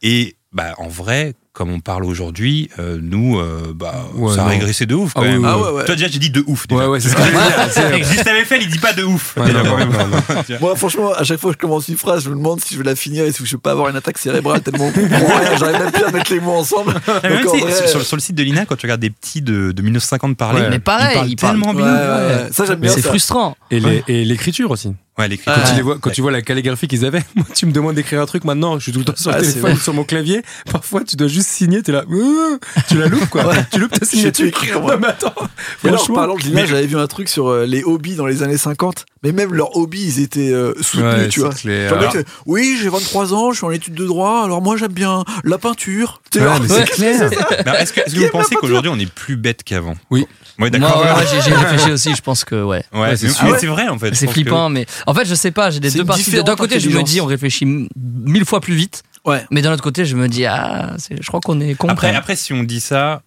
Et bah, en vrai, comme on parle aujourd'hui, euh, nous, euh, bah, Ouais, ça a non. régressé de ouf. Ah quand oui, même. oui, Ah ouais, ouais. Toi, déjà, j'ai dit de ouf. Ouais, déjà. ouais, c'est ce que j'allais dire. C'est- Gustave Eiffel, il dit pas de ouf. Ouais, Déjà, non, quand même. non, non, non. Tu vois. moi franchement à chaque fois que je commence une phrase je me demande si je vais la finir et si je vais pas avoir une attaque cérébrale tellement on comprend rien, j'arrive même plus à mettre les mots ensemble Ah, mais Donc, même, en tu sais, vrai- sur, sur le site de l'INA, quand tu regardes des petits de, de 1950 parler, Ouais. Mais pareil, ils ils parlent- parlent tellement bien. Ouais, ouais, ouais. ça j'aime Mais bien c'est ça. frustrant. Et les- et l'écriture aussi. Ouais, les Quand, tu, critiques. les vois, quand tu vois la calligraphie qu'ils avaient, moi tu me demandes d'écrire un truc maintenant, je suis tout le temps sur le Ah, c'est téléphone, sur mon clavier, parfois tu dois juste signer, t'es là, Ouh tu la loupes quoi, tu loupes ta signature. dû écrire, moi. Non mais attends, Et alors, franchement. parlant de l'image, Mais- j'avais vu un truc sur euh, les hobbies dans les années 50. Mais même leurs hobbies, ils étaient euh, soutenus, Ouais, tu c'est vois. clair. Genre, le mec, c'est, oui, j'ai 23 ans, je suis en études de droit, alors moi j'aime bien la peinture. Tu sais, Ouais, genre, mais ouais. c'est clair. Mais Est-ce que, est-ce que vous pensez qu'aujourd'hui on est plus bête qu'avant Oui. Ouais, Moi, d'accord. ouais, ouais, j'ai j'ai réfléchi aussi, je pense que, ouais. Ouais, Ouais, c'est c'est mais sûr. c'est vrai en fait. je C'est pense que- flippant, mais en fait, je sais pas, j'ai des C'est deux une parties. différente D'un côté, je me intelligence. dis, on réfléchit m- mille fois plus vite, Ouais. mais d'un autre côté, je me dis, ah, c'est- je crois qu'on est con. Après, quand même. après, si on dit ça,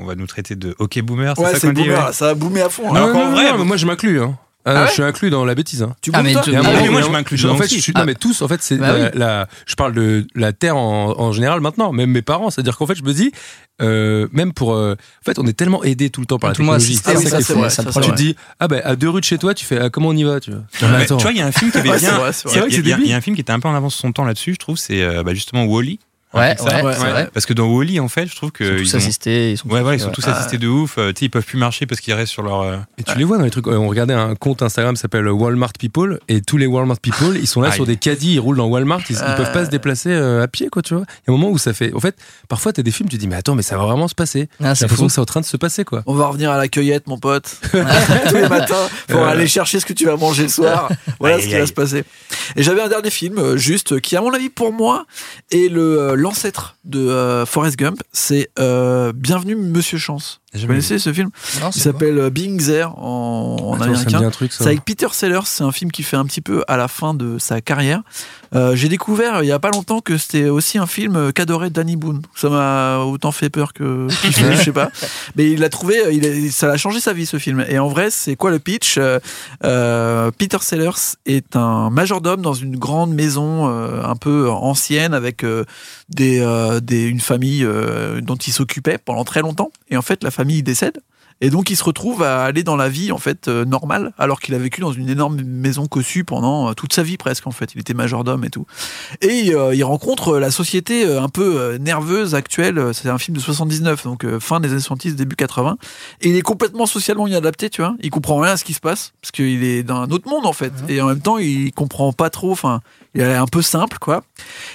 on va nous traiter de OK boomer, c'est Ouais, ça c'est qu'on le dit. boomer, ouais. ça a boomé à fond. Non, hein. Alors non, qu'en non, vrai, non, mais moi je m'inclus. Hein. Ah non, Ah ouais je suis inclus dans la bêtise. hein. Tu Ah, bombes, mais toi tu- Il y a un Ah, moment, oui, mais moi, mais je en- m'inclus Ah. je En fait, aussi. je, suis- non, mais tous, en fait, c'est Bah la- oui. la- je parle de la terre en, en général maintenant, même mes parents. C'est-à-dire qu'en fait, je me dis, euh, même pour, euh, en fait, on est tellement aidé tout le temps par la Tout le monde technologie. assiste à oui, C'est ça ça, qui est c'est fou. vrai, ça ça, me c'est Tu prend te vrai. dis, ah ben, à deux rues de chez toi, tu fais, ah, comment on y va, tu vois. Non, mais Mais attends. tu vois, il y a un film qui avait Ouais, c'est bien. vrai, c'est Il vrai. vrai que c'est y, a- il y débile. a un film qui était un peu en avance de son temps là-dessus, je trouve, c'est euh, bah, justement Wally. Ouais, ouais, ouais, c'est ouais. vrai. Parce que dans Wally, en fait, je trouve que. Ils sont ils tous ont- assistés, ils sont Ouais, voilà, ils sont ouais. tous Ah. assistés de ouf. euh, tu sais, ils peuvent plus marcher parce qu'ils restent sur leur. euh, Et tu les vois dans les trucs. euh, On regardait un compte Instagram qui s'appelle Walmart People et tous les Walmart People, ils sont là Aïe. sur des caddies, ils roulent dans Walmart, ils, ils Euh. peuvent pas se déplacer euh, à pied, quoi, tu vois. Il y a un moment où ça fait. En fait, parfois t'as des films, tu te dis, mais attends, mais ça va vraiment se passer. Ah, J'ai c'est l'impression fou. que c'est en train de se passer, quoi. On va revenir à la cueillette, mon pote. Tous les matins, pour Euh. aller chercher ce que tu vas manger le soir. Voilà Aïe, ce aïe, qui va aïe. se passer. Et j'avais un dernier film, euh, juste, euh, qui, à mon avis, pour moi, est le, euh, l'ancêtre de euh, Forrest Gump. C'est euh, Bienvenue, Monsieur Chance. Vous connaissez ce film Non, Il c'est quoi s'appelle euh, Being There en, en Attends, ça me américain. dit un truc, ça. C'est avec Peter Sellers, c'est un film qui fait un petit peu à la fin de sa carrière. Euh, J'ai découvert euh, il y a pas longtemps que c'était aussi un film euh, qu'adorait Danny Boone. Ça m'a autant fait peur que je sais pas. Mais il l'a trouvé, euh, il a- ça a changé sa vie ce film. Et en vrai, c'est quoi le pitch Euh, euh, Peter Sellers est un majordome dans une grande maison euh, un peu ancienne avec euh, des, euh, des- une famille euh, dont il s'occupait pendant très longtemps. Et en fait, la famille décède. Et donc, il se retrouve à aller dans la vie en fait euh, normale, alors qu'il a vécu dans une énorme maison cossue pendant euh, toute sa vie presque. En fait, il était majordome et tout. Et euh, il rencontre euh, la société euh, un peu euh, nerveuse actuelle. Euh, C'est un film de 79, donc euh, fin des années 70, début 80. Et il est complètement socialement inadapté, tu vois. Il comprend rien à ce qui se passe parce qu'il est dans un autre monde en fait. Et en même temps, il comprend pas trop. Enfin, il est un peu simple, quoi.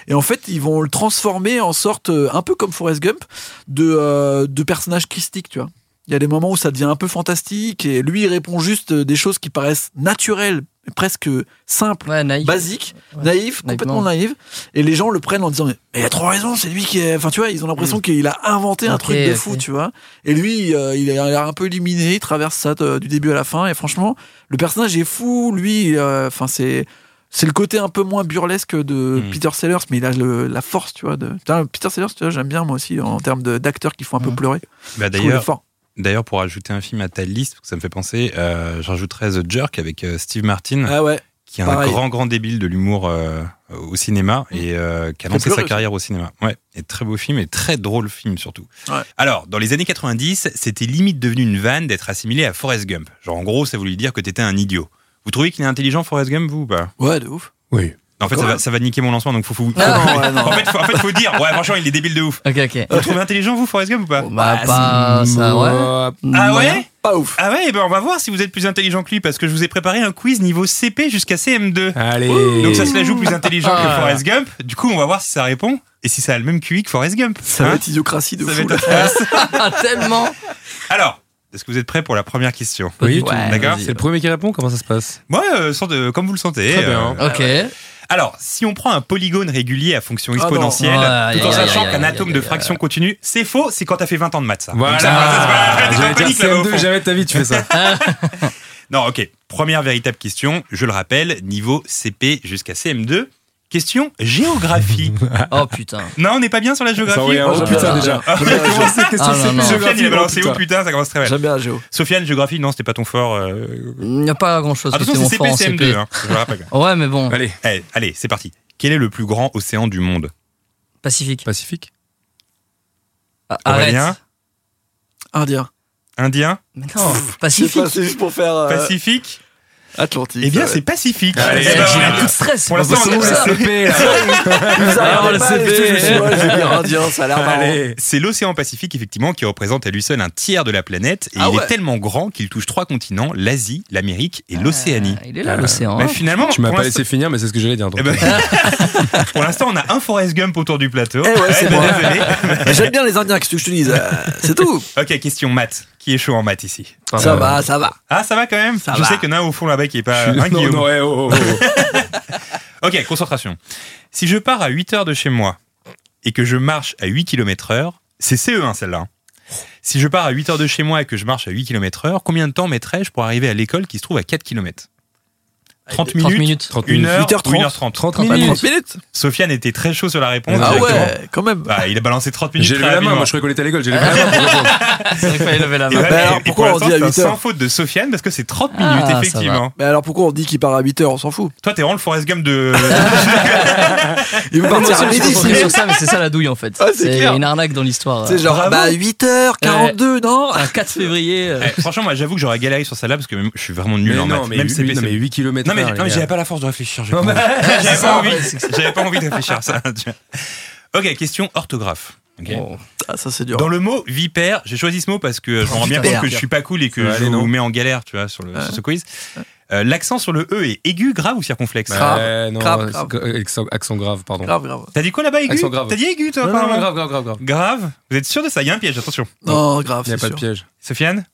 Et en fait, ils vont le transformer en sorte, euh, un peu comme Forrest Gump, de, euh, de personnage christique, tu vois. Il y a des moments où ça devient un peu fantastique et lui, il répond juste euh, des choses qui paraissent naturelles, presque simples, Ouais, naïf. basiques, Ouais. naïves, complètement naïves. Et les gens le prennent en disant Mais il a trop raison, c'est lui qui est. Enfin, tu vois, ils ont l'impression qu'il a inventé un Mm. Ok, truc de ok. fou, tu vois. Et lui, euh, il a l'air un peu illuminé, il traverse ça euh, du début à la fin. Et franchement, le personnage est fou, lui. euh, Enfin, c'est. C'est le côté un peu moins burlesque de Mm. Peter Sellers, mais il a le- la force, tu vois. De... Putain, Peter Sellers, tu vois, j'aime bien moi aussi en termes de- d'acteurs qui font un peu Mm. pleurer. Bah, Je trouve le D'ailleurs, fort. d'ailleurs, pour ajouter un film à ta liste, parce que ça me fait penser, euh, j'ajouterais The Jerk avec euh, Steve Martin, Ah ouais. qui est un pareil. Mmh. grand, grand débile de l'humour euh, au cinéma et euh, qui a Très lancé sa pleureux, carrière au cinéma. Ouais, et très beau film et très drôle film surtout. Ouais. Alors, dans les années 90, c'était limite devenu une vanne d'être assimilé à Forrest Gump. Genre, en gros, ça voulait dire que t'étais un idiot. Vous trouvez qu'il est intelligent, Forrest Gump, vous ou pas Ouais, de ouf. Oui. Non, En fait, Quand ça va, même. ça va niquer mon lancement, donc faut, faut, faut- Non, Ah, ouais, non. En fait, faut, en fait, faut dire, ouais, franchement, il est débile de ouf. Ok, ok. Vous le trouvez intelligent, vous, Forrest Gump, ou pas Bon, bah, pas ça, ouais. Moi, Ah Moyen. ouais Pas ouf. Ah ouais, eh ben on va voir si vous êtes plus intelligent que lui, parce que je vous ai préparé un quiz niveau CP jusqu'à CM2. Allez. Donc ça se la joue plus intelligent que Ah. Forrest Gump. Du coup, on va voir si ça répond et si ça a le même QI que Forrest Gump. Ça Hein va être idiocratie de Ça fou. va être- là. Ah, tellement. Alors, est-ce que vous êtes prêts pour la première question Pas du tout. Ouais, D'accord. vas-y. C'est le premier qui répond, comment ça se passe Moi, euh, sans de- comme vous le sentez. Très bien. euh, Ok. Alors, si on prend un polygone régulier à fonction Ah non. exponentielle, Ouais, tout en aïe, aïe, sachant aïe, qu'un aïe, atome aïe, de aïe, fraction continue, c'est faux, c'est quand t'as fait 20 ans de maths, ça. Voilà. Donc ça, ça, ça, ça, ça, J'allais t'es en dire panique, là-bas, au fond. CM2, jamais de ta vie tu fais ça. Non, ok. Première véritable question, je le rappelle, niveau CP jusqu'à CM2. Question géographie. Oh putain. non, on n'est pas bien sur la Ça géographie. envoie un moi, oh, j'aime putain bien. déjà. Ah, J'aime bien la géo. Comment c'est question Ah, non, CP non. Sofiane, il a balancé où géographie, oh, putain. putain, ça commence très mal. J'aime bien la géo. Sofiane, géographie, non, c'était pas ton fort. euh, Il n'y a pas grand chose. Attention, mon c'est fort CP, en CM2. CP. hein, je le rappelle. Ouais, mais bon. Allez, Eh, allez, c'est parti. Quel est le plus grand océan du monde Pacifique. Pacifique. Ah, Arrête. Aurélien Indien. Indien Mais non. Je sais Pacifique. pas, C'est juste pour faire euh, Pacifique Atlantique. Eh bien, ouais. c'est Pacifique. Allez, Eh J'ai ben, un coup voilà. de stress. Pour l'instant, c'est pas on est possible, ça. CP là. Vous Alors, arrêtez le pas, les CP. trucs, je suis- ouais, je vais dire indien, ça a l'air marrant. Allez. C'est l'océan Pacifique, effectivement, qui représente à lui seul un tiers de la planète. Et Ah il est ouais. tellement grand qu'il touche trois continents, l'Asie, l'Amérique et l'Océanie. Ah, Il est là, Ah, l'océan. Euh, Mais hein. finalement, Tu m'as pour pas l'instant- laissé finir, mais c'est ce que j'allais dire. donc. Eh ben, pour l'instant, on a un Forrest Gump autour du plateau. Eh ouais, c'est ben, moi. désolé. J'aime bien les Indiens, qu'est-ce que je te dis euh, C'est tout. Ok, question maths. Qui est chaud en maths ici Ça va, ça va. Ah, ça va quand même Ça Je va. sais qu'il y en a un au fond là-bas qui est Je pas. suis- hein, non, Guillaume non, ouais, oh, oh, oh. Ok, concentration. Si je pars à 8 heures de chez moi et que je marche à 8 km heure, c'est CE1 celle-là. hein. Si je pars à 8 heures de chez moi et que je marche à 8 km heure, combien de temps mettrais-je pour arriver à l'école qui se trouve à 4 km 30 30 minutes, minutes. 30 1 minutes. heure, 8h30. 1h30. 30 Bah, minutes. 30 minutes Sofiane était très chaud sur la réponse. Ah directement. ouais, quand même. Bah, il a balancé 30 minutes. J'ai levé très la main, rapidement. moi je croyais qu'on était à l'école, j'ai levé la main. pour répondre. C'est vrai qu'il fallait lever la Et main. ouais, Bah, et- alors, et pourquoi pour on dit l'instant, à c'est un 8 heures sans faute de Sofiane parce que c'est 30 Ah, minutes, ça va. effectivement. Mais alors pourquoi on dit qu'il part à 8h On s'en fout. Toi, t'es vraiment le Forrest Gump de. Il veut Moi, partir je à me suis midi. concentré sinon. sur ça, mais c'est ça la douille en fait. Ah, c'est clair. une arnaque dans l'histoire. C'est genre, Bravo. bah 8h42, non Un 4 février. euh, Eh, franchement, moi, j'avoue que j'aurais galéré sur celle-là parce que même- je suis vraiment nul Mais en non, maths. mais même huit- CP, non, c'est- mais 8 km Non, mais, non, mais j'avais pas la force de réfléchir. j'ai Non, pas mais- envie. J'avais c'est pas ça, envie. ouais, c'est que J'avais pas envie de réfléchir à ça. tu vois. Ok, question orthographe. Ok. bon. Ah, ça c'est dur. Dans le mot vipère, j'ai choisi ce mot parce que je me rends bien compte Vipère. que je suis pas cool et que Ouais, je allez, non. vous mets en galère, tu vois, sur, le, sur ce quiz. Euh, L'accent sur le E est aigu, grave ou circonflexe Bah, Grave, non, grave, c'est- grave. Accent, accent grave, pardon. Grave, grave. T'as dit quoi là-bas aigu Accent grave. T'as dit aigu toi Non, pardon non, grave, grave, grave, grave. Grave Vous êtes sûr de ça Il y a un piège, attention. Non, grave, Il n'y a c'est pas de sûr. piège. Sofiane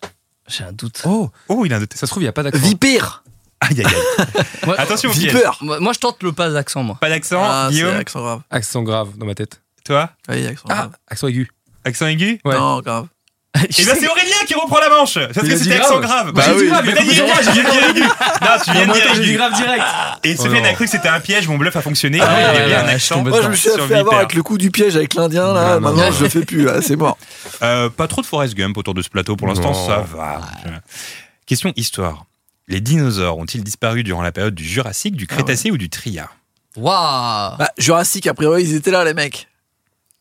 J'ai un doute. Oh, Oh, il a un doute. ça se trouve, il n'y a pas d'accent. Vipère Aïe, aïe, aïe. Moi, Attention au piège. Vipère moi, moi, je tente le pas d'accent, moi. Pas d'accent. Ah, c'est Guillaume, accent grave. Accent grave dans ma tête. toi Ah, il y a accent Ah, grave. accent aigu. Accent aigu ouais. Non, grave. Et là, Eh ben, c'est Aurélien qui reprend la manche Parce Il que a dit c'était grave. accent grave Bah J'ai dit oui. grave, mais t'as dit aigu, j'ai bien dit aigu Non, tu viens de dire aigu. direct. Et Oh Sofiane non. a cru que c'était un piège, mon bluff a fonctionné. Ah ouais, il y ouais, avait un ouais, je accent. tombe Moi, je me suis sur fait avoir Vipère. avec le coup du piège avec l'Indien, Non, là. non, Maintenant, non. je le fais plus, là, c'est mort. Euh, Pas trop de Forrest Gump autour de ce plateau pour l'instant, Non. ça va. Question histoire. Les dinosaures ont-ils disparu durant la période du Jurassique, du Crétacé ou du Trias Waouh Bah, Jurassique, a priori, ils étaient là, les mecs.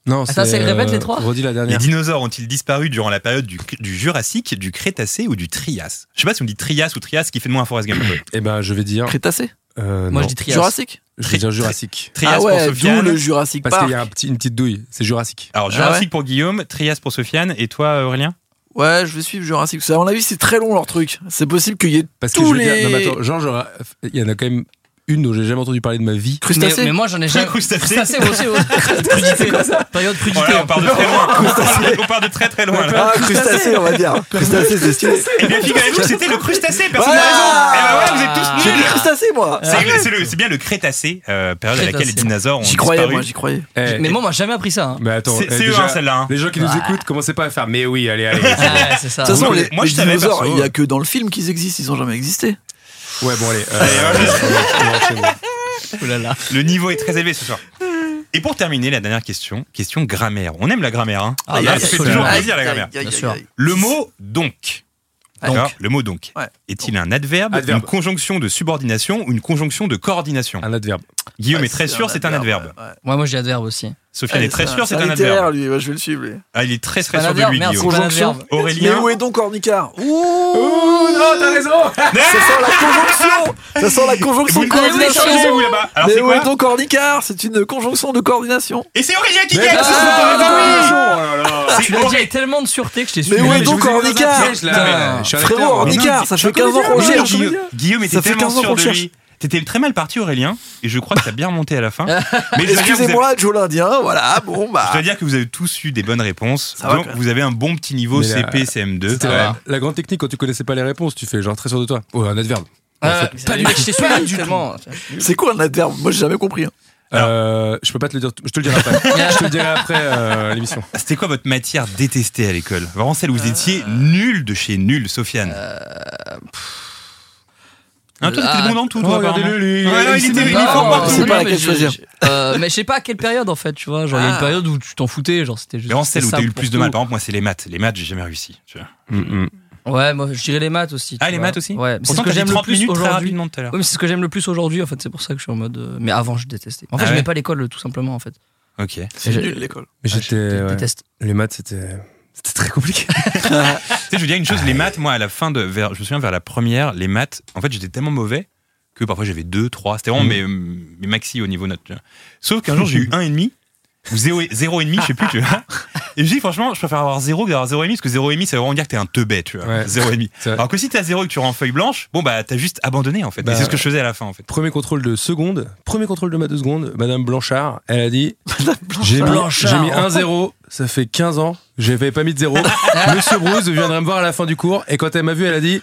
Non, euh, Attends, c'est- répète les trois. Redis la Les dernière. dinosaures ont-ils disparu durant la période du, du Jurassique, du Crétacé ou du Trias Je sais pas si on dit Trias ou Trias, ce qui fait de moi un Forrest Gump. Eh ben, je vais dire. Crétacé euh, Moi, je non. dis trias. Jurassique Je vais dire Très- Jurassique. Trias Ah pour ouais, d'où Sofiane. le Jurassic Parce qu'il Park. y a un petit- une petite douille. C'est Jurassique. Alors Ah Jurassique pour Guillaume, Trias pour Sofiane, et toi Aurélien Ouais, je vais suivre Jurassic. Parce que, à mon avis, c'est très long leur truc. C'est possible qu'il y ait Parce Tous que je vais les- dire. Non, mais attends, genre, j'aurais- il y en a quand même une dont j'ai jamais entendu parler de ma vie. mais, crustacés. mais moi, j'en ai jamais. Crustacé. Crustacé, moi aussi. ouais. Crudité. Période Oh là, crudité. on part de très loin. on part de très très loin. là. Ah, crustacés, on va dire. Crustacés, c'est stylé. Eh bien, figurez-vous que c'était le crustacé, personne n'a Voilà. raison. Ah Eh ben voilà, vous êtes tous J'ai dit nuls. crustacés, moi. C'est le- C'est le- c'est bien le Crétacé, euh, période à laquelle les Crétacé. dinosaures ont J'y croyais, disparu. moi, j'y euh, croyais. Ah, Eh, Mais moi, on m'a jamais appris ça. hein. Mais attends, C'est eh, c'est eux, déjà, hein, celle-là. hein. les gens qui nous Ouais. écoutent, commencez pas à faire. Mais oui, allez, allez. Ouais, Ah, c'est ça. De toute façon, moi, les, moi, les je savais, dinosaures, perso. il n'y a que dans le film qu'ils existent, ils n'ont jamais existé. Ouais, bon, allez. euh, Allez, ouais. on enchaîne. Oulala. Le niveau est très élevé ce soir. Et pour terminer, la dernière question, question grammaire. On aime la grammaire, hein Ah, Et bah, elle fait absolument. toujours Aïe, Ah, plaisir la grammaire. Aïe, aïe, aïe, Bien sûr. aïe. Le mot donc. Donc. D'accord Le mot donc. Ouais. Est-il un adverbe, Adverbe. une conjonction de subordination ou une conjonction de coordination Un adverbe. Guillaume Ouais, est très sûr, c'est un adverbe. ouais, ouais. Ouais, moi, j'ai adverbe aussi. Sofiane est Ouais, très sûr, c'est un littéraire, adverbe. lui, ouais, je vais le suivre. lui. Ah, il est très très Pas sûr de l'adverbe, lui, merde, Guillaume. c'est pas Conjonction. l'adverbe. Mais Aurélien. où est donc Ornicard Oh non, t'as raison Ça sent la conjonction Ça sent la conjonction Vous de ne pouvez pas coordination changer, vous là-bas. Alors Mais c'est où est quoi donc Ornicard C'est une conjonction de coordination. Et c'est Aurélien qui gagne Mais ce ah non, soir. non, oh Ah, C'est Tu l'as dit Aurélien. avec tellement de sûreté que je t'ai Mais suivi. où est je donc vous ai mis dans un Ornicard piège, là. euh, Je suis un Frérot, acteur, moi. Ornicard, Ornicard, mais ça je fait 15 ans qu'on Guillaume, cherche. Guillaume, Guillaume était Ça fait tellement 15 ans sûr qu'on de cherche. lui. T'étais très mal parti, Aurélien, et je crois que t'as bien remonté à la fin. Mais je dois, dire que vous avez, Excusez-moi, Joe l'Indien, voilà, bon je bah. dois dire que vous avez tous eu des bonnes réponses. Ça va, donc quoi. vous avez un bon petit niveau Mais là, CP, CM2. C'était Ouais. la, la grande technique quand tu connaissais pas les réponses, tu fais genre très sûr de toi. Ouais, un adverbe. Ah, Pas du mec, je t'ai suivi tellement. C'est quoi un adverbe Moi j'ai jamais compris. hein. Euh, je peux pas te le dire, je te le dirai après. je te le dirai après euh, l'émission. Ah, C'était quoi votre matière détestée à l'école Vraiment celle où vous étiez Euh, nul de chez nul, Sofiane. Ah, toi, t'étais Ah, bon dans tout, oh, toi, regardez-le, apparemment. lui, il- Ouais, il ouais, s'est il était mis il est fort dedans. partout. C'est pas mais laquelle je- choisir. je- euh, mais je sais pas à quelle période en fait, tu vois. Genre, il y a une Ah. période où tu t'en foutais, genre c'était juste. Vraiment celle où c'était t'as eu le simple plus pour de mal. tout. Par exemple, moi, c'est les maths. Les maths, j'ai jamais réussi. tu vois. Mm, Ouais, moi je dirais les maths aussi. Ah, tu les vois. maths aussi Ouais, mais c'est ce Pourtant, que t'as dit j'aime le 30 plus minutes très aujourd'hui. rapidement tout à l'heure. Oui, mais c'est ce que j'aime le plus aujourd'hui en fait, c'est pour ça que je suis en mode. euh, Mais avant, je détestais. En fait, Ah je ouais n'aimais pas l'école tout simplement en fait. Ok. C'est j'ai- nul l'école. Mais Ah, j'étais. je ouais. déteste. Les maths, c'était. C'était très compliqué. Tu sais, je veux dire une chose, les maths, moi, à la fin de. vers- je me souviens, vers la première, les maths, en fait, j'étais tellement mauvais que parfois j'avais 2, 3. C'était vraiment mes, mes maxi au niveau note. tu vois. Sauf qu'un jour, j'ai eu 1,5 ou 0,5, je sais plus, tu vois. Et je me dis, franchement, je préfère avoir 0 que d'avoir 0,5 parce que 0,5, ça veut vraiment dire que t'es un teubé, tu vois. Ouais. 0,5. C'est vrai. Alors que si t'as 0 et que tu rends en feuille blanche, bon, bah, t'as juste abandonné, en fait. Bah, et c'est ce que je faisais à la fin, en fait. Premier contrôle de seconde, premier contrôle de maths de seconde, Madame Blanchard, elle a dit J'ai mis, Blanchard. j'ai mis 1-0, ça fait 15 ans, j'avais pas mis de 0. Monsieur Bruce viendrait me voir à la fin du cours, et quand elle m'a vu, elle a dit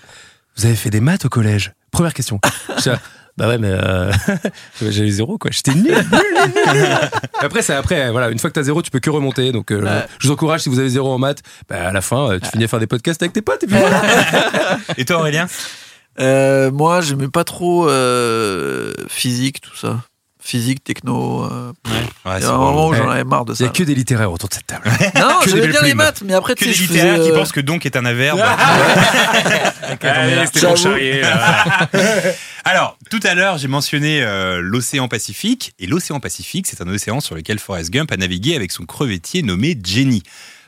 Vous avez fait des maths au collège Première question. J'étais là, bah ouais, mais euh, j'avais 0, quoi, j'étais nul. après, c'est après, voilà, une fois que t'as 0, tu peux que remonter. Donc, euh, Ouais. je vous encourage, si vous avez 0 en maths, bah, à la fin, euh, tu finis à faire des podcasts avec tes potes, et puis voilà. Et toi, Aurélien Euh, moi, j'aimais pas trop euh, physique, tout ça. Physique, techno. euh, Ouais, il y Bah, c'est a un bon. moment où j'en Ouais. avais marre de Il ça. n'y a que des littéraires autour de cette table. Non, que des j'aimais belles bien les plumes. maths, mais après, Que tu des sais, je littéraires faisais, qui euh, pensent que donc est un bah, averbe. Allez, c'était bon J'avoue. charrier, là. Alors, tout à l'heure, j'ai mentionné euh, l'océan Pacifique. Et l'océan Pacifique, c'est un océan sur lequel Forrest Gump a navigué avec son crevettier nommé Jenny.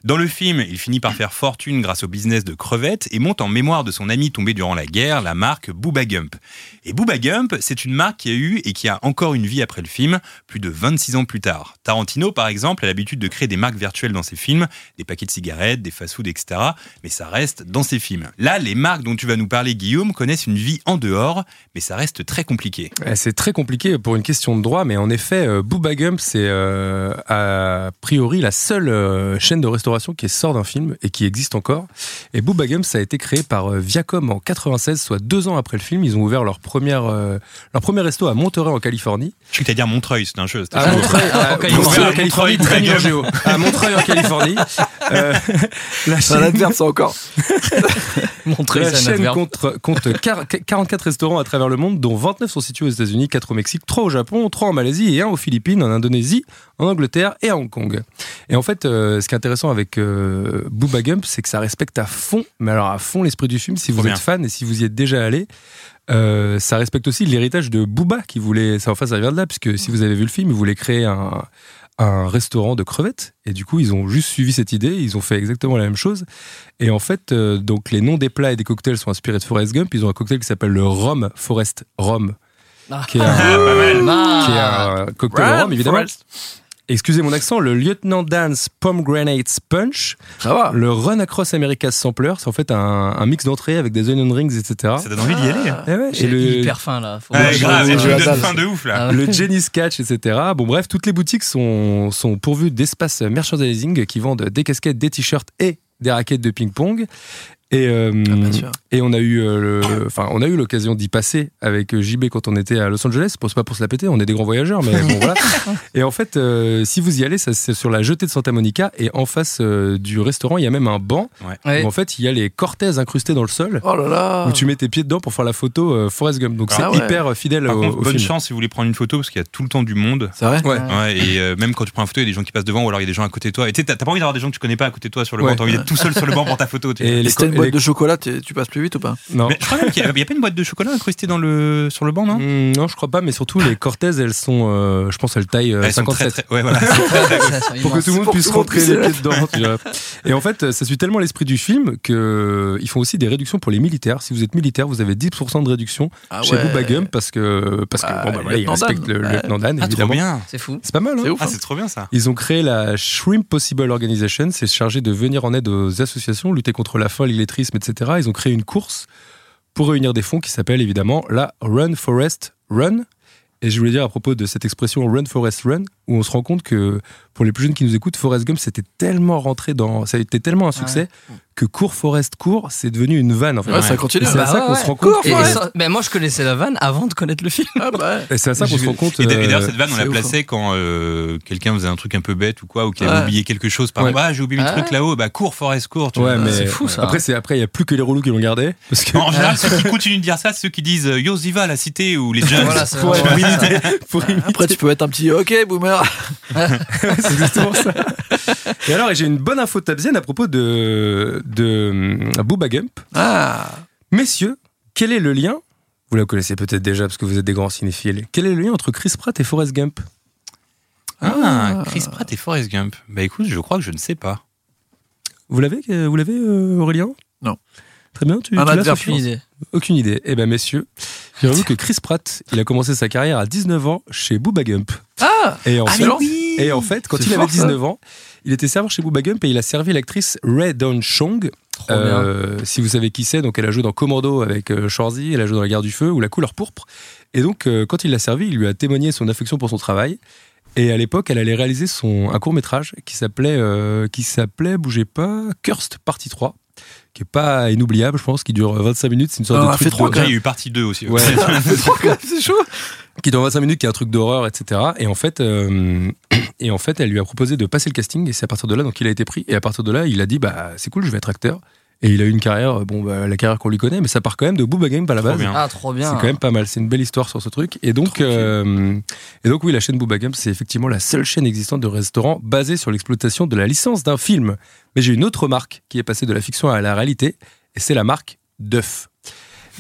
Dans le film, il finit par faire fortune grâce au business de crevettes et monte en mémoire de son ami tombé durant la guerre, la marque Booba Gump. Et Booba Gump, c'est une marque qui a eu et qui a encore une vie après le film, plus de 26 ans plus tard. Tarantino, par exemple, a l'habitude de créer des marques virtuelles dans ses films, des paquets de cigarettes, des fast-foods, etc mais ça reste dans ces films. Là, les marques dont tu vas nous parler, Guillaume, connaissent une vie en dehors, mais ça reste très compliqué. Eh, C'est très compliqué pour une question de droit, mais en effet, euh, Booba Gump, c'est euh, a priori la seule euh, chaîne de restauration qui sort d'un film et qui existe encore. Et Booba Gump, ça a été créé par euh, Viacom en 96, soit deux ans après le film. Ils ont ouvert leur, première, euh, leur premier resto à Monterey en Californie. Je suis à dire Montreuil, c'est un jeu. c'était Ah, À chaud. Montreuil, à- en Californie. Montreuil, Montreuil, en Californie, Booba très bien, Gump. Géo. À Montreuil en Californie. Euh, la Ça va chaîne- te faire ça encore. Montrer la ça, chaîne Nadver. contre- compte quar- 44 restaurants à travers le monde, dont 29 sont situés aux États-Unis, 4 au Mexique, 3 au Japon, 3 en Malaisie et 1 aux Philippines, en Indonésie, en Angleterre et à Hong Kong. Et en fait, euh, ce qui est intéressant avec euh, Booba Gump, c'est que ça respecte à fond, mais alors à fond l'esprit du film, si vous Trop bien. êtes fan et si vous y êtes déjà allé. Euh, ça respecte aussi l'héritage de Booba qui voulait. Ça, enfin, ça vient de là, puisque si vous avez vu le film, il voulait créer un, un restaurant de crevettes. Et du coup, ils ont juste suivi cette idée, ils ont fait exactement la même chose. Et en fait, euh, donc les noms des plats et des cocktails sont inspirés de Forrest Gump. Ils ont un cocktail qui s'appelle le Rhum Forrest Rhum, Ah. qui est un, Ah, pas mal. qui est Ah. un cocktail au rhum, évidemment. Excusez mon accent, le Lieutenant Dan's Pomegranate Punch, Ça va. le Run Across America Sampler, c'est en fait un, un mix d'entrées avec des onion rings, etc. Ça donne envie d'y aller. hein. Eh ouais, J'ai et le- hyper faim là. Faut Ouais, manger. grave, je- et tu me je- donnes je- faim de ouf là. Ah ouais. le Jenny Sketch, etc. Bon, bref, toutes les boutiques sont, sont pourvues d'espaces merchandising qui vendent des casquettes, des t-shirts et des raquettes de ping-pong. Et, euh, Ah, bien sûr. et on a eu, euh, le- enfin, on a eu l'occasion d'y passer avec JB quand on était à Los Angeles. Bon, c'est pas pour se la péter, on est des grands voyageurs, mais bon voilà. Et en fait, euh, si vous y allez, ça, c'est sur la jetée de Santa Monica et en face euh, du restaurant, il y a même un banc Ouais. où en fait il y a les cortèses incrustées dans le sol Oh là là. où tu mets tes pieds dedans pour faire la photo euh, Forrest Gump. Donc Ah c'est ouais. hyper euh, fidèle Par au, contre, au bonne film. chance si vous voulez prendre une photo, parce qu'il y a tout le temps du monde. C'est vrai Ouais. Ouais, et euh, même quand tu prends une photo, il y a des gens qui passent devant, ou alors il y a des gens à côté de toi. Et tu sais, t'as t'as pas envie d'avoir des gens que tu connais pas à côté de toi sur le Ouais. banc, t'as envie d'être tout seul sur le banc pour ta photo. tu sais. Et Et les si t'as une co- boîte les- de chocolat, t'es- tu passes plus vite ou pas Non. Mais je crois même qu'il y a, il y a pas une boîte de chocolat incrustée dans le, sur le banc, non Hmm, non, je crois pas, mais surtout les Cortez, elles sont, euh, je pense, elles taillent euh, Elles sont 57. très, très- Ouais, voilà. Ça, ça, Pour que tout le monde pour puisse tout le monde rentrer puisse les y pieds dedans. tu vois. Et en fait, euh, ça suit tellement l'esprit du film que euh, ils font aussi des réductions pour les militaires. Si vous êtes militaire, vous avez 10% de réduction Ah chez ouais. Booba Gump parce que, parce que Bah, bon, bah, le voilà, ils lieutenant respectent Dan. le, le Ouais. lieutenant Dan, Ah, trop évidemment. bien. C'est fou. C'est pas mal, hein C'est ouf. Ah, hein. c'est trop bien ça. ils ont créé la Shrimp Possible Organization, c'est chargé de venir en aide aux associations, lutter contre la faim, l'illettrisme, etc. Ils ont créé une course pour réunir des fonds qui s'appelle évidemment la Run Forest Run. Et je voulais dire à propos de cette expression Run Forest Run, où on se rend compte que pour les plus jeunes qui nous écoutent, Forest Gump, c'était tellement rentré dans. Ça a été tellement un succès que Cours Forest Cours, c'est devenu une vanne en fait. Ouais, ça continue. Et c'est Bah à ça hein. ouais, qu'on ouais. se rend compte. Et- et Et- ça- ben, moi je connaissais la vanne avant de connaître le film. Ah bah ouais. Et c'est à ça qu'on se rend compte. Et d'a- et euh, d'ailleurs, cette vanne, on la c'est ouf, plaçait quand euh, quelqu'un faisait un truc un peu bête ou quoi, ou qu'il avait Ouais. oublié quelque chose. Par Ouais. exemple, ah, j'ai oublié mon Ah truc ouais. là-haut, bah, cours, Forest, cours. tu Ouais, vois. mais Ah, C'est fou, ça. Après, c'est- après, il n'y a plus que les relous qui l'ont gardé. Parce que En général, ceux qui continuent de dire ça, c'est ceux qui disent euh, Yo, Ziva, la cité, ou les jeunes. Voilà, c'est pour, vraiment imiter- ça. pour imiter- Après, tu peux mettre un petit OK, boomer. c'est exactement ça. Et alors, et j'ai une bonne info tabzienne à propos de, de hum, Booba Gump. Ah, Messieurs, quel est le lien Vous la connaissez peut-être déjà parce que vous êtes des grands cinéphiles. Quel est le lien entre Chris Pratt et Forrest Gump Ah, Chris Pratt et Forrest Gump. Bah écoute, je crois que je ne sais pas. Vous l'avez, euh, vous l'avez euh, Aurélien Non. Très bien, tu, Un tu l'as, adverbe. Sophie Aucune idée. Aucune idée. Eh ben messieurs, figurez-vous que Chris Pratt, il a commencé sa carrière à 19 ans chez Booba Gump. ah Et en, Ah, mais fait, oui et en fait, quand C'est il avait fort, ça. 19 ans, il était serveur chez Booba Gump et il a servi l'actrice Ray Dawn Chong. Trop bien. Euh, si vous savez qui c'est, donc elle a joué dans Commando avec euh, Shorzy, elle a joué dans La Guerre du Feu ou La Couleur Pourpre. Et donc, euh, quand il l'a servi, il lui a témoigné son affection pour son travail. Et à l'époque, elle allait réaliser son, un court métrage qui s'appelait, euh, qui s'appelait, bougez pas, Cursed Partie 3, qui est pas inoubliable, je pense, qui dure 25 minutes. C'est une sorte On en de a truc fait trois, de- Après, il y a eu partie 2 aussi. Ouais. C'est trop grave, c'est chaud. qui dans 25 minutes qui est un truc d'horreur etc et en fait euh, et en fait elle lui a proposé de passer le casting et c'est à partir de là donc il a été pris et à partir de là il a dit bah c'est cool je vais être acteur et Et il a eu une carrière, bon, bah, la carrière qu'on lui connaît, mais ça part quand même de Booba Game par la Trop base. bien. Ah, trop bien. C'est quand même pas mal, c'est une belle histoire sur ce truc. Et donc, Tranquille. euh, et donc oui, la chaîne Booba Games, c'est effectivement la seule chaîne existante de restaurants basée sur l'exploitation de la licence d'un film. Mais j'ai une autre marque qui est passée de la fiction à la réalité, et c'est la marque Duff.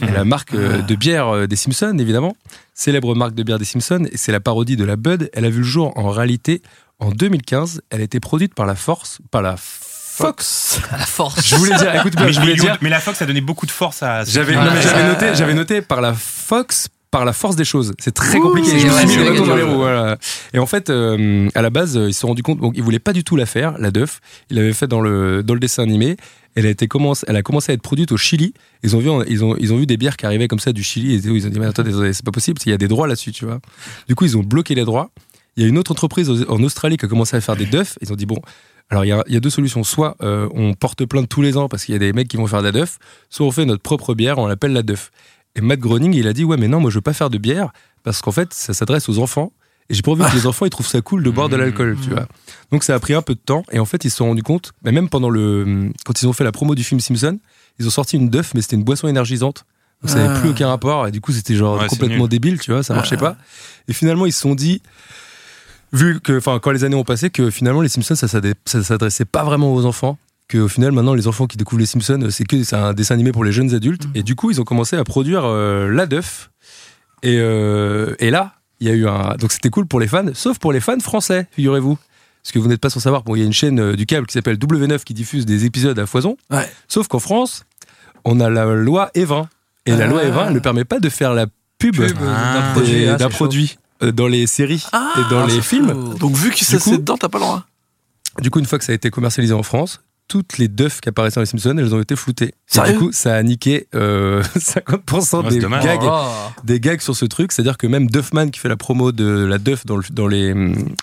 Et La marque euh, de bière euh, des Simpsons, évidemment. Célèbre marque de bière des Simpsons, et c'est la parodie de la Bud. Elle a vu le jour en réalité en 2015. Elle a été produite par la Force, par la Fox. À la force. Je voulais dire, écoute, Mais, je mais voulais Lyon- dire, mais la Fox a donné beaucoup de force à. ce j'avais film. non, mais Ouais. j'avais noté, j'avais noté par la Fox, par la force des choses. C'est très Ouh, compliqué. Je me c'est suis mis vrai, le c'est bâton dans les vrai. roues. voilà. Et en fait, euh, à la base, euh, ils se sont rendus compte. Donc, ils voulaient pas du tout la faire, la Duff. Ils l'avaient fait dans le dans le dessin animé. Elle a été commence, elle a commencé à être produite au Chili. Ils ont vu, ils ont ils ont vu des bières qui arrivaient comme ça du Chili. Et ils ont dit mais attendez, attendez, c'est pas possible. Il y a des droits là-dessus, tu vois. Du coup, ils ont bloqué les droits. Il y a une autre entreprise aux- en Australie qui a commencé à faire des duffs. Ils ont dit bon, alors il y a, il y a deux solutions. Soit euh, on porte plainte tous les ans parce qu'il y a des mecs qui vont faire de la duff, soit on fait notre propre bière, on l'appelle la duff. Et Matt Groening, il a dit ouais mais non, moi je veux pas faire de bière parce qu'en fait ça s'adresse aux enfants et j'ai pas envie que les enfants ils trouvent ça cool de boire de l'alcool, tu vois. Donc ça a pris un peu de temps et en fait ils se sont rendus compte, mais même pendant le quand ils ont fait la promo du film Simpson, ils ont sorti une duff mais c'était une boisson énergisante. Donc ça Ah. n'avait plus aucun rapport et du coup c'était genre Ouais, c'est complètement nul. débile, tu vois, ça marchait pas. Et finalement, ils se sont dit, vu que, enfin, quand les années ont passé, que finalement, les Simpsons, ça, s'adé- ça s'adressait pas vraiment aux enfants. Que au final, maintenant, les enfants qui découvrent les Simpsons, euh, c'est que c'est un dessin animé pour les jeunes Mhm. adultes. Et du coup, ils ont commencé à produire euh, la Duff. Et, euh, et là, il y a eu un. Donc c'était cool pour les fans, sauf pour les fans français, figurez-vous. Parce que vous n'êtes pas sans savoir, bon, il y a une chaîne euh, du câble qui s'appelle W9 qui diffuse des épisodes à foison. Ouais. Sauf qu'en France, on a la loi E20. Et la loi E20 ne permet pas de faire la pub, Pub, des- Ah. d'un projet, ah, d'un c'est chaud. produit euh, dans les séries Ah, et dans les c'est films. chaud. Donc vu que ça Du coup- c'est dedans, t'as pas le droit. Du coup, une fois que ça a été commercialisé en France, toutes les duffs qui apparaissaient dans les Simpsons, elles ont été floutées. Et Sérieux du coup, ça a niqué euh, 50% Ouais, des Ah, c'est dommage. gags, Oh. des gags sur ce truc. C'est-à-dire que même Duffman, qui fait la promo de la duff dans, le- dans, les,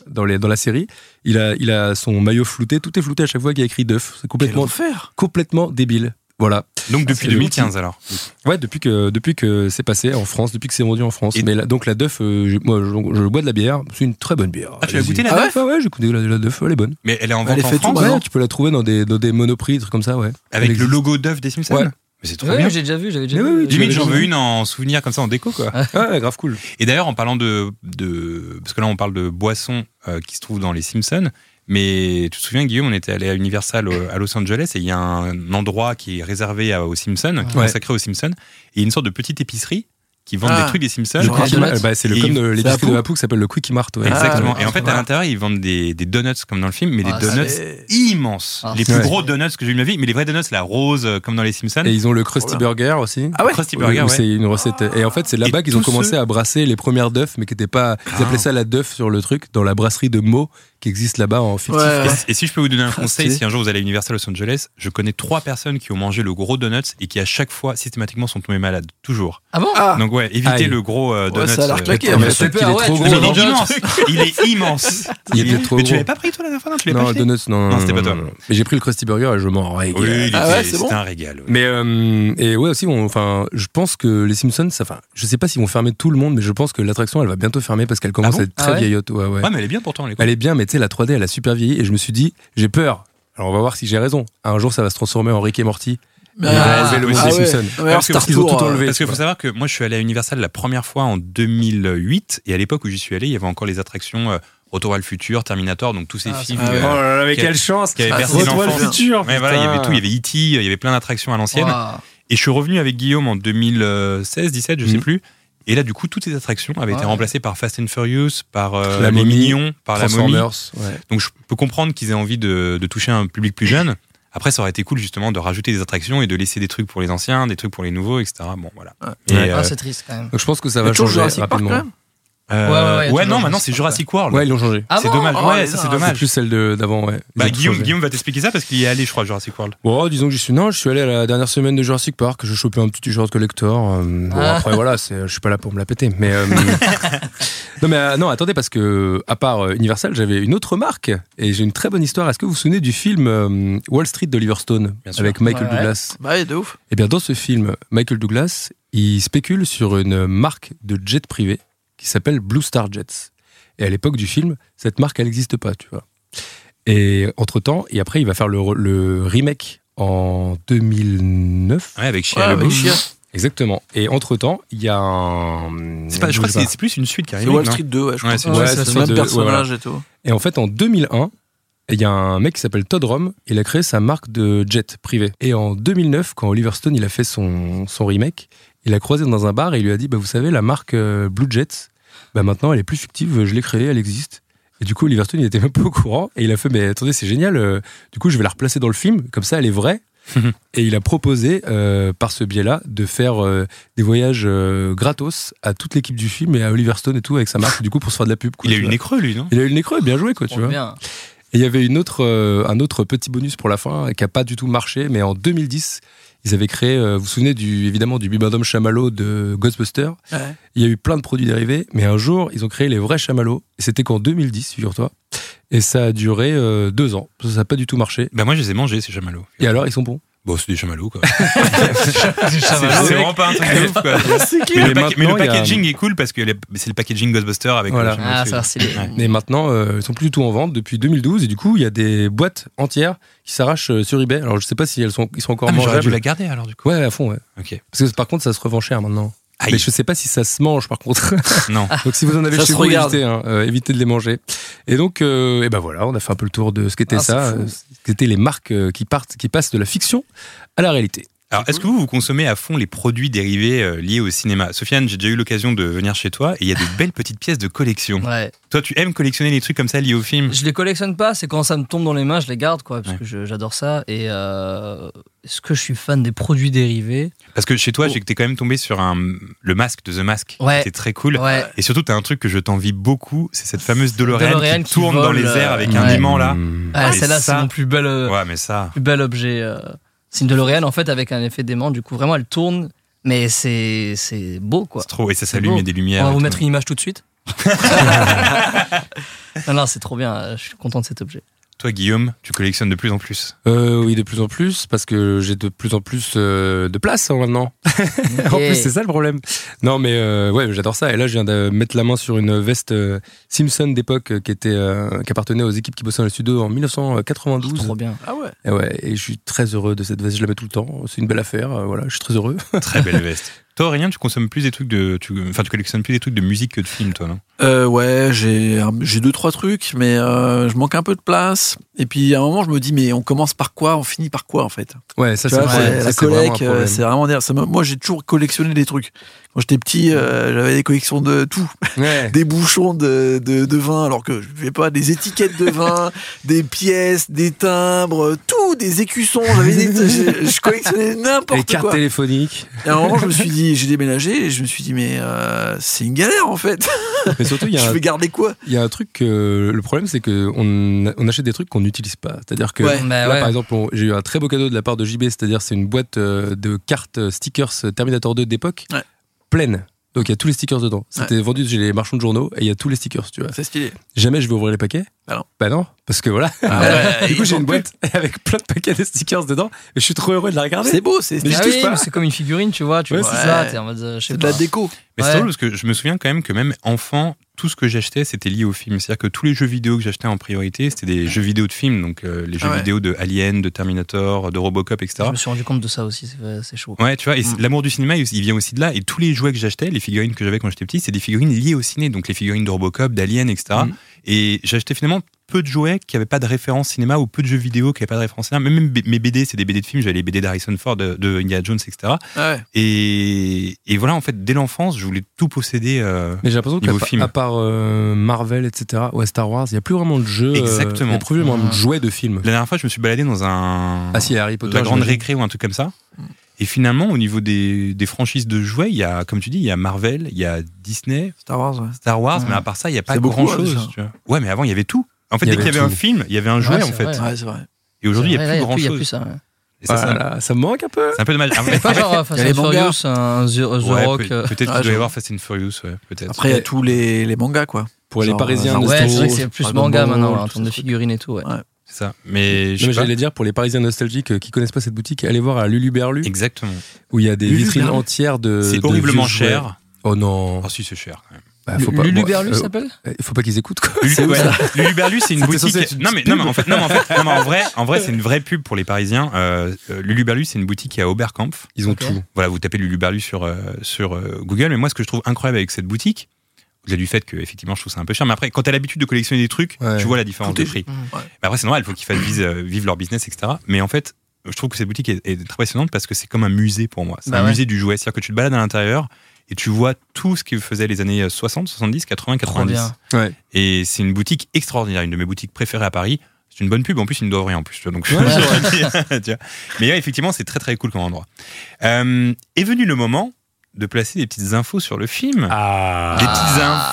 dans, les, dans la série, il a, il a son maillot flouté. Tout est flouté à chaque fois qu'il y a écrit duff. C'est complètement, faire complètement débile. Voilà. Donc C'est depuis le 2015 alors. Ouais, depuis que depuis que c'est passé en France, depuis que c'est vendu en France. Et- Mais la- donc la Duff, euh, je- moi je, je bois de la bière, c'est une très bonne bière. Ah, tu l'as Allez-y. goûtée, la Ah Duff ouais, ouais, j'ai goûté la, la Duff, elle est bonne. Mais elle est en Elle vente est en faite France où, ouais, maintenant tu peux la trouver dans des dans des monoprix, des trucs comme ça, ouais. avec Elle le existe. logo d'œuf des Simpsons. Ouais. Mais c'est trop Ouais, bien. j'ai déjà vu, j'avais déjà Mais vu. oui, J'avais Limite, j'en déjà veux vu. une en souvenir comme ça en déco quoi. Ouais, grave cool. Et d'ailleurs, en parlant de, de. Parce que là, on parle de boissons euh, qui se trouvent dans les Simpsons. Mais tu te souviens, Guillaume, on était allé à Universal euh, à Los Angeles et il y a un endroit qui est réservé à- aux Simpsons, qui est Ouais. consacré aux Simpsons. Et il y a une sorte de petite épicerie qui vend Ah. des trucs des Simpsons. Le Ah, Quickie ouais. Mart, bah, c'est le Et comme il- de- les c'est biscuits de Apu. Apu qui s'appelle le Quickie Mart. ouais. Exactement. Ah, et en ouais. fait, à l'intérieur, ils vendent des, des donuts comme dans le film, mais Ah, des ça, donuts c'est- immenses. Ah, les ça, plus c'est- gros donuts que j'ai eu de ma vie, mais les vrais donuts, la rose euh, comme dans les Simpsons. Et ils ont le Krusty Trop Burger aussi. Ah ouais Krusty Où- Burger, où ouais. c'est une recette. Et en fait, c'est là-bas Et qu'ils ont tous commencé ceux- à brasser les premières duffs, mais qui n'étaient pas. Ils appelaient ça la duff sur le truc, dans la brasserie de Meaux qui existe là-bas en fictif. Ouais. Et, et si je peux vous donner un Ah, conseil, stylé. si un jour vous allez à Universal Los Angeles, je connais trois personnes qui ont mangé le gros donuts et qui à chaque fois systématiquement sont tombés malades, toujours. Ah bon Ah, Donc ouais, évitez Aïe. le gros euh, donut. ça a l'air euh, claqué, mais Mais ouais. c'est- c'est qu'il Ah est ouais, trop tu mais gros. m'as il Dans est un immense. Il est immense. Il était trop Mais tu gros. l'avais pas pris toi la dernière fois, non Tu l'avais pas Non, acheté donuts, non. Non, c'était pas toi. Mais j'ai pris le Krusty Burger et je m'en régale. Oui, il Ah était- ouais, c'est c'était bon. un régal. oui. Mais euh, et ouais aussi, on- enfin, je pense que les Simpsons, ça, enfin, je sais pas s'ils vont fermer tout le monde, mais je pense que l'attraction, elle va bientôt fermer parce qu'elle commence Ah bon à être très Ah ouais vieillotte. Ouais, ouais. Ouais, mais elle est bien pourtant, elle est cool. Elle est bien, mais tu sais, la 3D, elle a super vieilli et je me suis dit, j'ai peur. Alors on va voir si j'ai raison. Un jour, ça va se transformer en Rick et Morty. Mais- Ils vont Ah, enlever le mot ah des ouais. Simpsons. Ouais, alors, Parce que Star ils ont Tour, tout euh, enlevé. Parce qu'il faut savoir que moi, je suis allé à Universal la première fois en 2008, et à l'époque où j'y suis allé, il y avait encore les attractions euh, Retour vers le futur, Terminator, donc tous ces Ah, films c'est- euh, Oh là là, mais quelle chance qui avaient Ah, bercé Retour vers le l'enfance. futur Ouais, voilà, il y avait tout, il y avait E.T., il y avait plein d'attractions à l'ancienne. Ouah. Et je suis revenu avec Guillaume en 2016, 17, je sais Mhm. plus. Et là, du coup, toutes ces attractions avaient été Ouais. remplacées par Fast and Furious, par euh, La les momie, Mignons, par la momie. Transformers. ouais. Donc, je peux comprendre qu'ils aient envie de, de toucher un public plus jeune. Après, ça aurait été cool justement de rajouter des attractions et de laisser des trucs pour les anciens, des trucs pour les nouveaux, etc. Bon, voilà. Ouais. Et, Ouais. euh, Ah, c'est triste quand même. Donc je pense que ça mais va toujours changer Jurassic Park, quand rapidement. même. euh, Ouais, ouais, ouais, ouais, toujours non, maintenant Jurassic c'est Park, Jurassic World. Ouais, ils l'ont changé. Ah c'est bon dommage. Oh, ouais, les ça c'est uns, C'est dommage. plus celle de- d'avant, ouais. Ils Bah, ont tout Guillaume, changé. Guillaume va t'expliquer ça parce qu'il y est allé, je crois, à Jurassic World. Bon, disons que j'y suis. Non, je suis allé à la dernière semaine de Jurassic Park. Je chopais un petit t-shirt collector. euh, bon, Ah. après, voilà, c'est- je suis pas là pour me la péter. Mais euh, non, mais euh, non, attendez, parce que à part euh, Universal, j'avais une autre marque et j'ai une très bonne histoire. Est-ce que vous vous souvenez du film euh, Wall Street d'Oliver Stone Bien sûr. avec Michael Ouais. Douglas Bah ouais, de ouf. Eh bien, dans ce film, Michael Douglas, il spécule sur une marque de jet privé qui s'appelle Blue Star Jets. Et à l'époque du film, cette marque, elle n'existe pas, tu vois. Et entre-temps, et après, il va faire le, re- le remake en 2009. Ouais, avec Ouais, bah, Shia avec LaBeouf. Chia. Exactement. Et entre-temps, il y a un... C'est pas- je crois que sais c'est c'est plus une suite qui C'est arrive. Wall Street 2, ouais, je Ouais, crois. c'est Wall Ouais, Street c'est le même 2, ouais, personnage et tout. Et en fait, en 2001, il y a un mec qui s'appelle Todd Rom, il a créé sa marque de jet privé. Et en 2009, quand Oliver Stone il a fait son, son remake, il a croisé dans un bar et il lui a dit bah, Vous savez, la marque euh, Blue Jet, bah, maintenant elle est plus fictive, je l'ai créée, elle existe. Et du coup, Oliver Stone, il était même pas au courant. Et il a fait Mais attendez, c'est génial, euh, du coup, je vais la replacer dans le film, comme ça elle est vraie. et il a proposé, euh, par ce biais-là, de faire euh, des voyages euh, gratos à toute l'équipe du film et à Oliver Stone et tout, avec sa marque, du coup, pour se faire de la pub. quoi, Il a tu eu vois. une nez creux, lui, non Il a eu le nez creux, bien joué, quoi, tu vois. Bien. Et il y avait une autre, euh, un autre petit bonus pour la fin euh, qui n'a pas du tout marché, mais en 2010, ils avaient créé, euh, vous vous souvenez du, évidemment du Bibendum Chamallow de Ghostbusters Ouais. Il y a eu plein de produits dérivés, mais un jour, ils ont créé les vrais chamallows. Et c'était qu'en 2010, figure-toi. Et ça a duré euh, deux ans. Ça n'a pas du tout marché. Bah, moi, je les ai mangés, ces chamallows. Et alors, ils sont bons. Bon, c'est des chamallows, quoi. Chamallow, C'est c'est vraiment pas un truc de ouf, quoi. Mais, Mais le, pack- mais le maintenant, il y a- packaging est cool parce que les- c'est le packaging Ghostbuster avec euh, Voilà. le chamallow Ah, dessus. ça, c'est les- Ouais. Mais maintenant, euh, ils sont plus du tout en vente depuis 2012. Et du coup, il y a des boîtes entières qui s'arrachent euh, sur eBay. Alors, je ne sais pas si elles sont, ils sont encore Ah, mais j'aurais dû mangeables. la garder alors, du coup. Ouais, à fond, ouais. Ok. Parce que par contre, ça se revend cher maintenant. Aïe. Mais je sais pas si ça se mange par contre. Non. donc si vous en avez Ça chez se vous, regarde. évitez, hein, euh, évitez de les manger. Et donc, euh, eh ben voilà, on a fait un peu le tour de ce qu'était Ah, c'est ça, fou. euh, ce qu'étaient les marques euh, qui partent, qui passent de la fiction à la réalité. Alors, est-ce que vous, vous consommez à fond les produits dérivés euh, liés au cinéma Sofiane, j'ai déjà eu l'occasion de venir chez toi et il y a de belles petites pièces de collection. Ouais. Toi, tu aimes collectionner les trucs comme ça liés au film Je les collectionne pas, c'est quand ça me tombe dans les mains, je les garde, quoi, parce Ouais. que je- j'adore ça. Et euh, est-ce que je suis fan des produits dérivés Parce que chez toi, Oh. j'ai que t'es quand même tombé sur un, le masque de The Mask. Ouais. C'était très cool. Ouais. Et surtout, t'as un truc que je t'envie beaucoup, c'est cette fameuse DeLorean, DeLorean qui, qui tourne dans vole, les airs euh, avec un ouais. aimant là. Mmh. Ah, mais celle-là, c'est mon plus bel, euh, Ouais, mais ça. plus bel objet. euh, C'est une DeLorean, en fait, avec un effet d'aimant. Du coup, vraiment, elle tourne, mais c'est c'est beau, quoi. C'est trop. Et ça C'est s'allume, beau. il y a des lumières. On va et vous tout. mettre une image tout de suite. non, non, c'est trop bien, euh, je suis content de cet objet. Toi, Guillaume, tu collectionnes de plus en plus. Euh, oui, de plus en plus parce que j'ai de plus en plus euh, de place hein, maintenant. en Et- plus, c'est ça le problème. Non, mais euh, ouais, j'adore ça. Et là, je viens de mettre la main sur une veste euh, Simpson d'époque euh, qui était, euh, qui appartenait aux équipes qui bossaient dans le studio en 1992. Trop bien. Ah ouais. Et ouais, et je suis très heureux de cette veste, je la mets tout le temps, c'est une belle affaire, euh, voilà, je suis très heureux. Très belle veste. Toi, Aurélien, tu consommes plus des trucs de. tu- Enfin, tu collectionnes plus des trucs de musique que de films, toi, non Euh, ouais, j'ai un- j'ai deux trois trucs, mais euh, je manque un peu de place. Et puis à un moment, je me dis, mais on commence par quoi On finit par quoi en fait Ouais, ça Tu c'est vois, un problème, c'est- ça, la c'est vraiment un collecte, euh, problème. c'est vraiment derrière. Ça m'a- Moi, j'ai toujours collectionné des trucs. Quand j'étais petit, euh, j'avais des collections de tout. Ouais. Des bouchons de, de, de vin, alors que je ne pas, des étiquettes de vin, des pièces, des timbres, tout, des écussons. J'avais des- je, je collectionnais Les n'importe cartes quoi. téléphoniques. Et à un moment, je me suis dit, j'ai déménagé et je me suis dit, mais euh, c'est une galère en fait. Mais surtout, il y, a Je un- vais garder quoi il y a un truc, euh, le problème c'est qu'on on achète des trucs qu'on n'utilise pas. C'est-à-dire que Ouais. Bah là, ouais. par exemple, on- j'ai eu un très beau cadeau de la part de JB, c'est-à-dire c'est une boîte euh, de cartes euh, stickers Terminator 2 d'époque, Ouais. pleine. Donc il y a tous les stickers dedans. C'était vendu chez les marchands de journaux et il y a tous les stickers, tu vois. C'est stylé. Jamais je vais ouvrir les paquets. Bah non. Bah non, parce que voilà. Euh, du coup, j'ai une boîte avec plein de paquets de stickers dedans et je suis trop heureux de la regarder. C'est beau, c'est Mais stylé. je Ah touche oui, pas. mais c'est comme une figurine, tu vois, tu Ouais, vois c'est ça. ça, t'es en mode, euh, je sais C'est de pas. la déco. Mais c'est Ouais. drôle parce que je me souviens quand même que même enfant, tout ce que j'achetais, c'était lié au film. C'est-à-dire que tous les jeux vidéo que j'achetais en priorité, c'était des jeux vidéo de films. Donc euh, les jeux ouais. vidéo de Alien, de Terminator, de Robocop, etc. Je me suis rendu compte de ça aussi, c'est- c'est chaud. Ouais, tu vois, et Mm. c'est- l'amour du cinéma, il il vient aussi de là. Et tous les jouets que j'achetais, les figurines que j'avais quand j'étais petit, c'est des figurines liées au ciné. Donc les figurines de Robocop, d'Alien, etc. Mhm. Et j'achetais finalement peu de jouets qui n'avaient pas de référence cinéma ou peu de jeux vidéo qui n'avaient pas de référence cinéma. Même mes B- mes BD, c'est des BD de films. J'avais les BD d'Harrison Ford, de, de Indiana Jones, etc. Ah ouais. Et, et voilà, en fait, dès l'enfance, je voulais tout posséder. euh, Mais j'ai l'impression Niveau qu'à film. pa- à part euh, Marvel, etc., ouais, Star Wars, il n'y a plus vraiment de jeux. euh, Exactement. Il n'y a plus vraiment Ah. de jouets de films. La dernière fois, je me suis baladé dans un. Ah si, il y a Harry Potter. la grande j'imagine. Mm. récré ou un truc comme ça. Et finalement, au niveau des, des franchises de jouets, il y a, comme tu dis, il y a Marvel, il y a Disney, Star Wars, ouais. Star Wars, Ouais. mais à part ça, il n'y a pas C'est beaucoup, grand chose. hein, déjà. ouais, mais avant, il y avait tout. En fait, Il y dès qu'il y avait avait un tout. film, il y avait un jouet, Ouais, Ah en c'est fait. vrai. Ouais, c'est vrai. Et aujourd'hui, il n'y C'est a vrai, plus là, grand y a chose. plus ça. ouais. Et ça, ça- Voilà, ça me manque un peu. c'est un peu dommage. Ah, C'est pas ouais, genre euh, Fast Il y a and les mangas. Furious, un The, The ouais, Rock. peut- euh. Peut-être Ah, qu'il doit y j'avoue. avoir Fast and Furious, ouais, peut-être. Après, il y a tous les, les mangas, quoi. Pour les Genre, Parisiens, euh, nostalgiques. Ouais, c'est Nostro, vrai que c'est plus Dragon manga Ball, maintenant, tout en ce termes de truc. figurines et tout. ouais. C'est ça. Mais Non, je mais sais pas. J'allais dire pour les Parisiens nostalgiques euh, qui connaissent pas cette boutique, allez voir à Lulu Berlu Exactement. où il y a des Lulu vitrines Berlu. entières de. C'est de horriblement vieux jouets. cher. Oh non. Ah si, c'est cher. quand même. Bah, faut pas- Lulu moi, Berlu euh, s'appelle euh, faut pas qu'ils écoutent quoi. Lulu, C'est où, ouais, ça Lulu Berlu, c'est une C'était censé boutique. être une Non mais, non mais en fait, non mais en fait, non mais en vrai, en vrai, c'est une vraie pub pour les Parisiens. Euh, euh, Lulu Berlu, c'est une boutique qui est à Oberkampf. Ils ont Ok. tout. Voilà, vous tapez Lulu Berlu sur euh, sur euh, Google. Mais moi, ce que je trouve incroyable avec cette boutique, au-delà du fait que effectivement, je trouve ça un peu cher. Mais après, quand t'as l'habitude de collectionner des trucs, Ouais. tu vois la différence Tout de est- prix. Mmh. Mais après, c'est normal, il faut qu'ils fassent vis- euh, vivre leur business, etc. Mais en fait, je trouve que cette boutique est, est très passionnante parce que c'est comme un musée pour moi. C'est Bah un ouais. musée du jouet, c'est-à-dire que tu te balades à l'intérieur. Et tu vois tout ce que faisaient les années euh, 60, 70, 80, Trop 90. bien. Ouais. Et c'est une boutique extraordinaire, une de mes boutiques préférées à Paris. C'est une bonne pub, en plus, ils ne doivent rien en plus. tu vois, Donc, je- je- tu vois. Mais ouais, effectivement, c'est très très cool comme endroit. Euh, est venu le moment de placer des petites infos sur le film. Ah. Des Ah,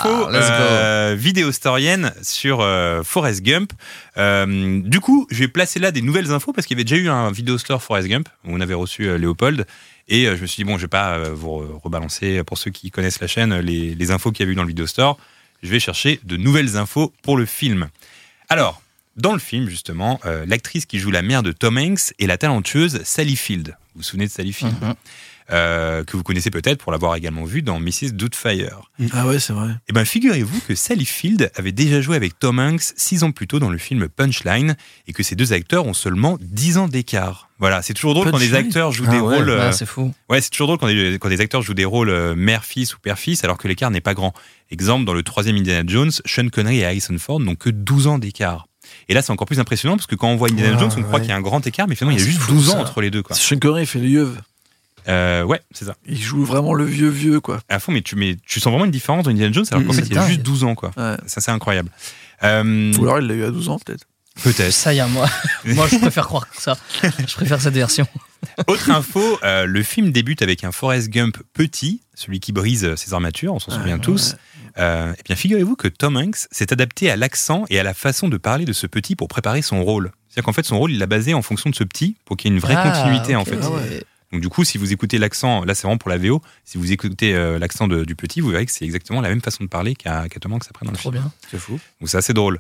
petites infos let's go. euh, vidéostoriennes sur euh, Forrest Gump. Euh, du coup, je vais placer là des nouvelles infos parce qu'il y avait déjà eu un vidéostore Forrest Gump où on avait reçu euh, Léopold. Et euh, je me suis dit, bon, je vais pas euh, vous re- rebalancer, euh, pour ceux qui connaissent la chaîne, euh, les, les infos qu'il y avait eu dans le vidéostore. Je vais chercher de nouvelles infos pour le film. Alors, dans le film, justement, euh, l'actrice qui joue la mère de Tom Hanks est la talentueuse Sally Field. Vous vous souvenez de Sally Field Mhm. Euh, Que vous connaissez peut-être pour l'avoir également vue dans Mrs. Doubtfire. Ah ouais, c'est vrai. Eh bien, figurez-vous que Sally Field avait déjà joué avec Tom Hanks six ans plus tôt dans le film Punchline et que ces deux acteurs ont seulement 10 ans d'écart. Voilà, c'est toujours drôle quand des Punchline acteurs jouent Ah des ouais, rôles. euh, Ah, c'est fou. ouais, c'est toujours drôle quand des, quand des acteurs jouent des rôles euh, mère-fils ou père-fils alors que l'écart n'est pas grand. Exemple, dans le troisième Indiana Jones, Sean Connery et Harrison Ford n'ont que 12 ans d'écart. Et là, c'est encore plus impressionnant parce que quand on voit Indiana Ah, Jones, on croit ouais. qu'il y a un grand écart, mais finalement, il y a C'est juste fou, 12 ans ça. entre les deux. Quoi. Sean Connery, il fait le vieux. Euh, ouais, c'est ça. Il joue vraiment le vieux vieux, quoi. À fond, mais tu, mais tu sens vraiment une différence dans Indiana Jones alors qu'en Mm, fait, c'est il y a juste dingue. 12 ans. quoi. Ouais. Ça, c'est incroyable. Euh, Ou alors il l'a eu à 12 ans, peut-être. Peut-être. Ça y est, moi, moi je préfère croire ça. Je préfère cette version. Autre info, euh, le film débute avec un Forrest Gump petit, celui qui brise euh, ses armatures, Ah, on s'en souvient tous. Euh, eh bien, figurez-vous que Tom Hanks s'est adapté à l'accent et à la façon de parler de ce petit pour préparer son rôle. C'est-à-dire qu'en fait, son rôle, il l'a basé en fonction de ce petit pour qu'il y ait une vraie Ah, continuité, en ok. fait. Ah ouais. Donc, du coup, si vous écoutez l'accent, là, c'est vraiment pour la VO, si vous écoutez euh, l'accent de- du petit, vous verrez que c'est exactement la même façon de parler qu'à qu'à Tom Hanks après dans le Trop film. bien. Mmh. C'est fou. Donc c'est assez drôle.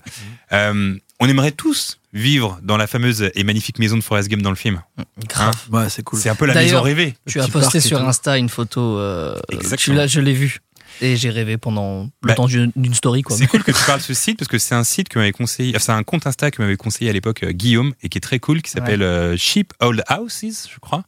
Euh, on aimerait tous vivre dans la fameuse et magnifique maison de Forrest Gump dans le film. Grave. Ouais, c'est cool. C'est un peu la D'ailleurs, maison rêvée. Tu as petit parc posté et sur tout. Insta une photo. euh, Exactement. tu l'as, je l'ai vue. Et j'ai rêvé pendant le Bah, temps d'une d'une story, quoi. C'est cool que tu parles de ce site parce que c'est un site que m'avait conseillé, enfin, c'est un compte Insta que m'avait conseillé à l'époque euh, Guillaume et qui est très cool qui s'appelle euh, Cheap Old Houses, je crois.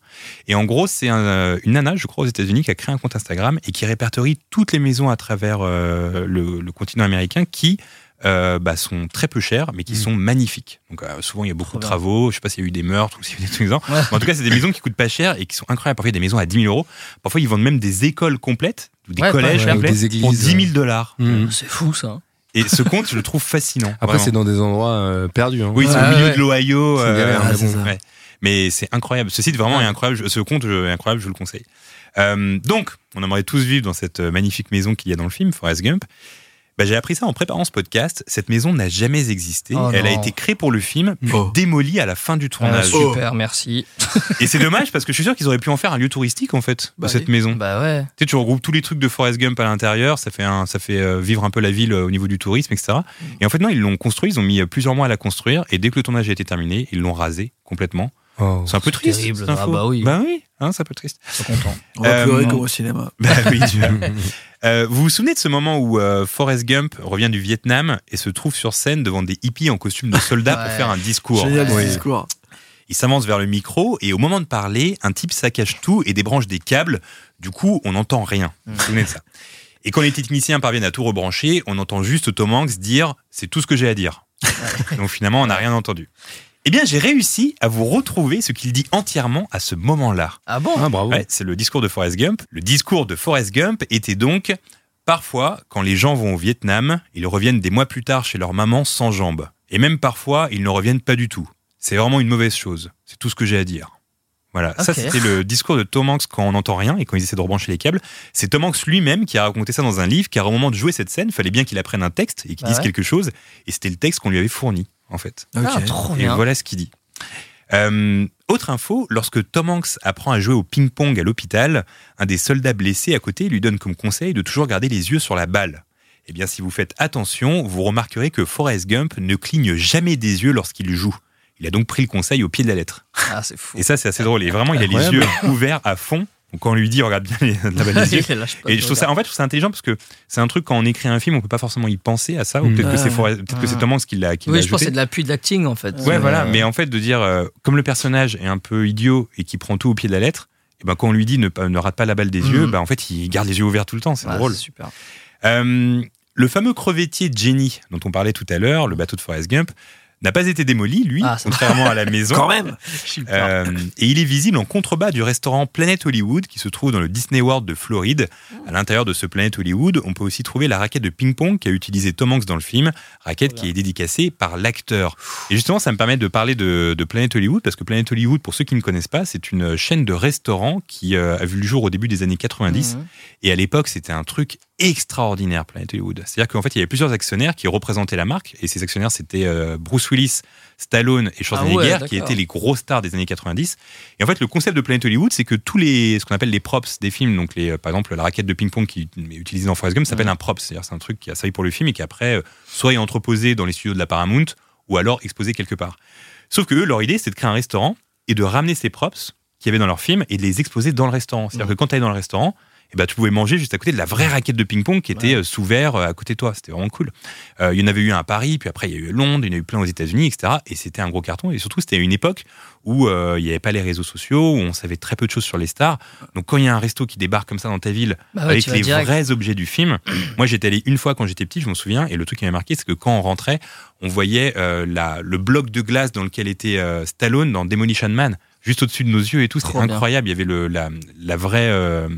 Et en gros, c'est un, euh, une nana, je crois, aux États-Unis qui a créé un compte Instagram et qui répertorie toutes les maisons à travers euh, le, le continent américain qui euh, bah, sont très peu chères mais qui Mm. sont magnifiques. Donc euh, souvent, il y a beaucoup Trop de bien. travaux, je sais pas s'il y a eu des meurtres ou s'il y a eu des trucs. dans- Ouais. Mais en tout cas, c'est des maisons qui coûtent pas cher et qui sont incroyables. Parfois, il y a des maisons à 10 000 euros. Parfois, ils vendent même des écoles complètes, ou des Ouais, pas collèges mal. Ou complets, des églises, pour 10 000 ouais. dollars. Mhm. C'est fou, ça. Et ce compte, je le trouve fascinant. Après, vraiment. c'est dans des endroits euh, perdus. hein. Oui, c'est Ouais, au milieu ouais. de l'Ohio. C'est euh, galère, mais c'est bon, ça. ouais. Mais c'est incroyable. Ce site vraiment est incroyable. Je- Ce compte je- est incroyable, je le conseille. Euh, donc, on aimerait tous vivre dans cette euh, magnifique maison qu'il y a dans le film, Forrest Gump. Bah, J'ai appris ça en préparant ce podcast. Cette maison n'a jamais existé. Oh Elle a non. été créée pour le film, puis Oh. démolie à la fin du Ah, tournage. super, merci. Et c'est dommage parce que je suis sûr qu'ils auraient pu en faire un lieu touristique en fait, de Bah cette oui. maison. Bah ouais. Tu sais, tu regroupes tous les trucs de Forrest Gump à l'intérieur, ça fait, un- ça fait euh, vivre un peu la ville euh, au niveau du tourisme, etc. Mm. Et en fait, non, ils l'ont construit, ils ont mis euh, plusieurs mois à la construire, et dès que le tournage a été terminé, ils l'ont rasé complètement. Oh. C'est un peu C'est triste. terrible. cette info. Ah bah oui. Bah oui, hein, c'est un peu triste. Je suis content. On va Euh, pleurer non. comme au cinéma. Bah oui, tu vois. Euh, vous vous souvenez de ce moment où euh, Forrest Gump revient du Vietnam et se trouve sur scène devant des hippies en costume de soldats pour Ouais. faire un discours Génial Ouais. ce discours. Il s'avance vers le micro et au moment de parler, un type saccage tout et débranche des câbles. Du coup, on n'entend rien. Vous vous souvenez de ça Et quand les techniciens parviennent à tout rebrancher, on entend juste Tom Hanks dire C'est tout ce que j'ai à dire. Donc finalement, on n'a rien entendu. Eh bien, j'ai réussi à vous retrouver ce qu'il dit entièrement à ce moment-là. Ah bon Ah, bravo. Ouais, c'est le discours de Forrest Gump. Le discours de Forrest Gump était donc Parfois, quand les gens vont au Vietnam, ils reviennent des mois plus tard chez leur maman sans jambes. Et même parfois, ils ne reviennent pas du tout. C'est vraiment une mauvaise chose. C'est tout ce que j'ai à dire. Voilà, ça Ok. c'était le discours de Tom Hanks quand on n'entend rien et quand ils essaient de rebrancher les câbles. C'est Tom Hanks lui-même qui a raconté ça dans un livre, car au moment de jouer cette scène, fallait bien qu'il apprenne un texte et qu'il Bah dise ouais. quelque chose. Et c'était le texte qu'on lui avait fourni, en fait. Ah, Ok. trop bah, Et bien. voilà ce qu'il dit. Euh, autre info, lorsque Tom Hanks apprend à jouer au ping-pong à l'hôpital, un des soldats blessés à côté lui donne comme conseil de toujours garder les yeux sur la balle. Eh bien, si vous faites attention, vous remarquerez que Forrest Gump ne cligne jamais des yeux lorsqu'il joue. Il a donc pris le conseil au pied de la lettre. Ah, c'est fou. Et ça, c'est assez drôle. Et vraiment, il a les yeux ouverts à fond. Donc quand on lui dit, regarde bien les- la balle des yeux. Il lâche pas Et de je trouve ça, en fait, je trouve ça intelligent parce que c'est un truc quand on écrit un film, on peut pas forcément y penser à ça. Ou Mm. peut-être que c'est Ah. Forrest- peut-être que c'est Tom Hanks qui l'a. qui Bah. Oui, l'a je pense que ajouté. c'est de l'appui d'acting en fait. Ouais, Euh, voilà. Mais en fait, de dire, euh, comme le personnage est un peu idiot et qui prend tout au pied de la lettre, et ben, quand on lui dit ne, pas- ne rate pas la balle des Mhm. yeux, ben, en fait, il garde les yeux ouverts tout le temps. C'est ouais, drôle. c'est bah, super. Euh, le fameux crevettier Jenny, dont on parlait tout à l'heure, le bateau de Forrest Gump, n'a pas été démoli, lui, Ah, ça- contrairement à la maison. Quand même Euh, et il est visible en contrebas du restaurant Planet Hollywood qui se trouve dans le Disney World de Floride. À l'intérieur de ce Planet Hollywood, on peut aussi trouver la raquette de ping-pong qu'a utilisée Tom Hanks dans le film, raquette qui est dédicacée par l'acteur. Et justement, ça me permet de parler de, de Planet Hollywood parce que Planet Hollywood, pour ceux qui ne connaissent pas, c'est une chaîne de restaurants qui euh, a vu le jour au début des années 90. Mhm. Et à l'époque, c'était un truc extraordinaire, Planet Hollywood. C'est-à-dire qu'en fait, il y avait plusieurs actionnaires qui représentaient la marque, et ces actionnaires, c'était euh, Bruce Willis, Stallone et Schwarzenegger, Ah ouais, qui d'accord. étaient les grosses stars des années 90. Et en fait, le concept de Planet Hollywood, c'est que tous les, ce qu'on appelle les props des films, donc les, euh, par exemple, la raquette de ping-pong qui est utilisée dans Forrest Gump, s'appelle un prop. C'est-à-dire, c'est un truc qui a servi pour le film et qui après, euh, soit est entreposé dans les studios de la Paramount, ou alors exposé quelque part. Sauf que eux, leur idée, c'est de créer un restaurant et de ramener ces props qu'il y avait dans leur film et de les exposer dans le restaurant. C'est-à-dire que quand tu allais dans le restaurant, eh ben, tu pouvais manger juste à côté de la vraie raquette de ping-pong qui était euh, sous verre euh, à côté de toi. C'était vraiment cool. Euh, il y en avait eu un à Paris, puis après il y a eu à Londres, il y en a eu plein aux États-Unis, etc. Et c'était un gros carton. Et surtout, c'était à une époque où euh, il n'y avait pas les réseaux sociaux, où on savait très peu de choses sur les stars. Donc quand il y a un resto qui débarque comme ça dans ta ville Bah ouais, avec tu vas les direct. vrais objets du film. Moi, j'étais allé une fois quand j'étais petit, je m'en souviens, et le truc qui m'a marqué, c'est que quand on rentrait, on voyait euh, la, le bloc de glace dans lequel était euh, Stallone dans Demolition Man, juste au-dessus de nos yeux et tout. C'était Trop bien. incroyable. Il y avait le, la, la vraie. euh,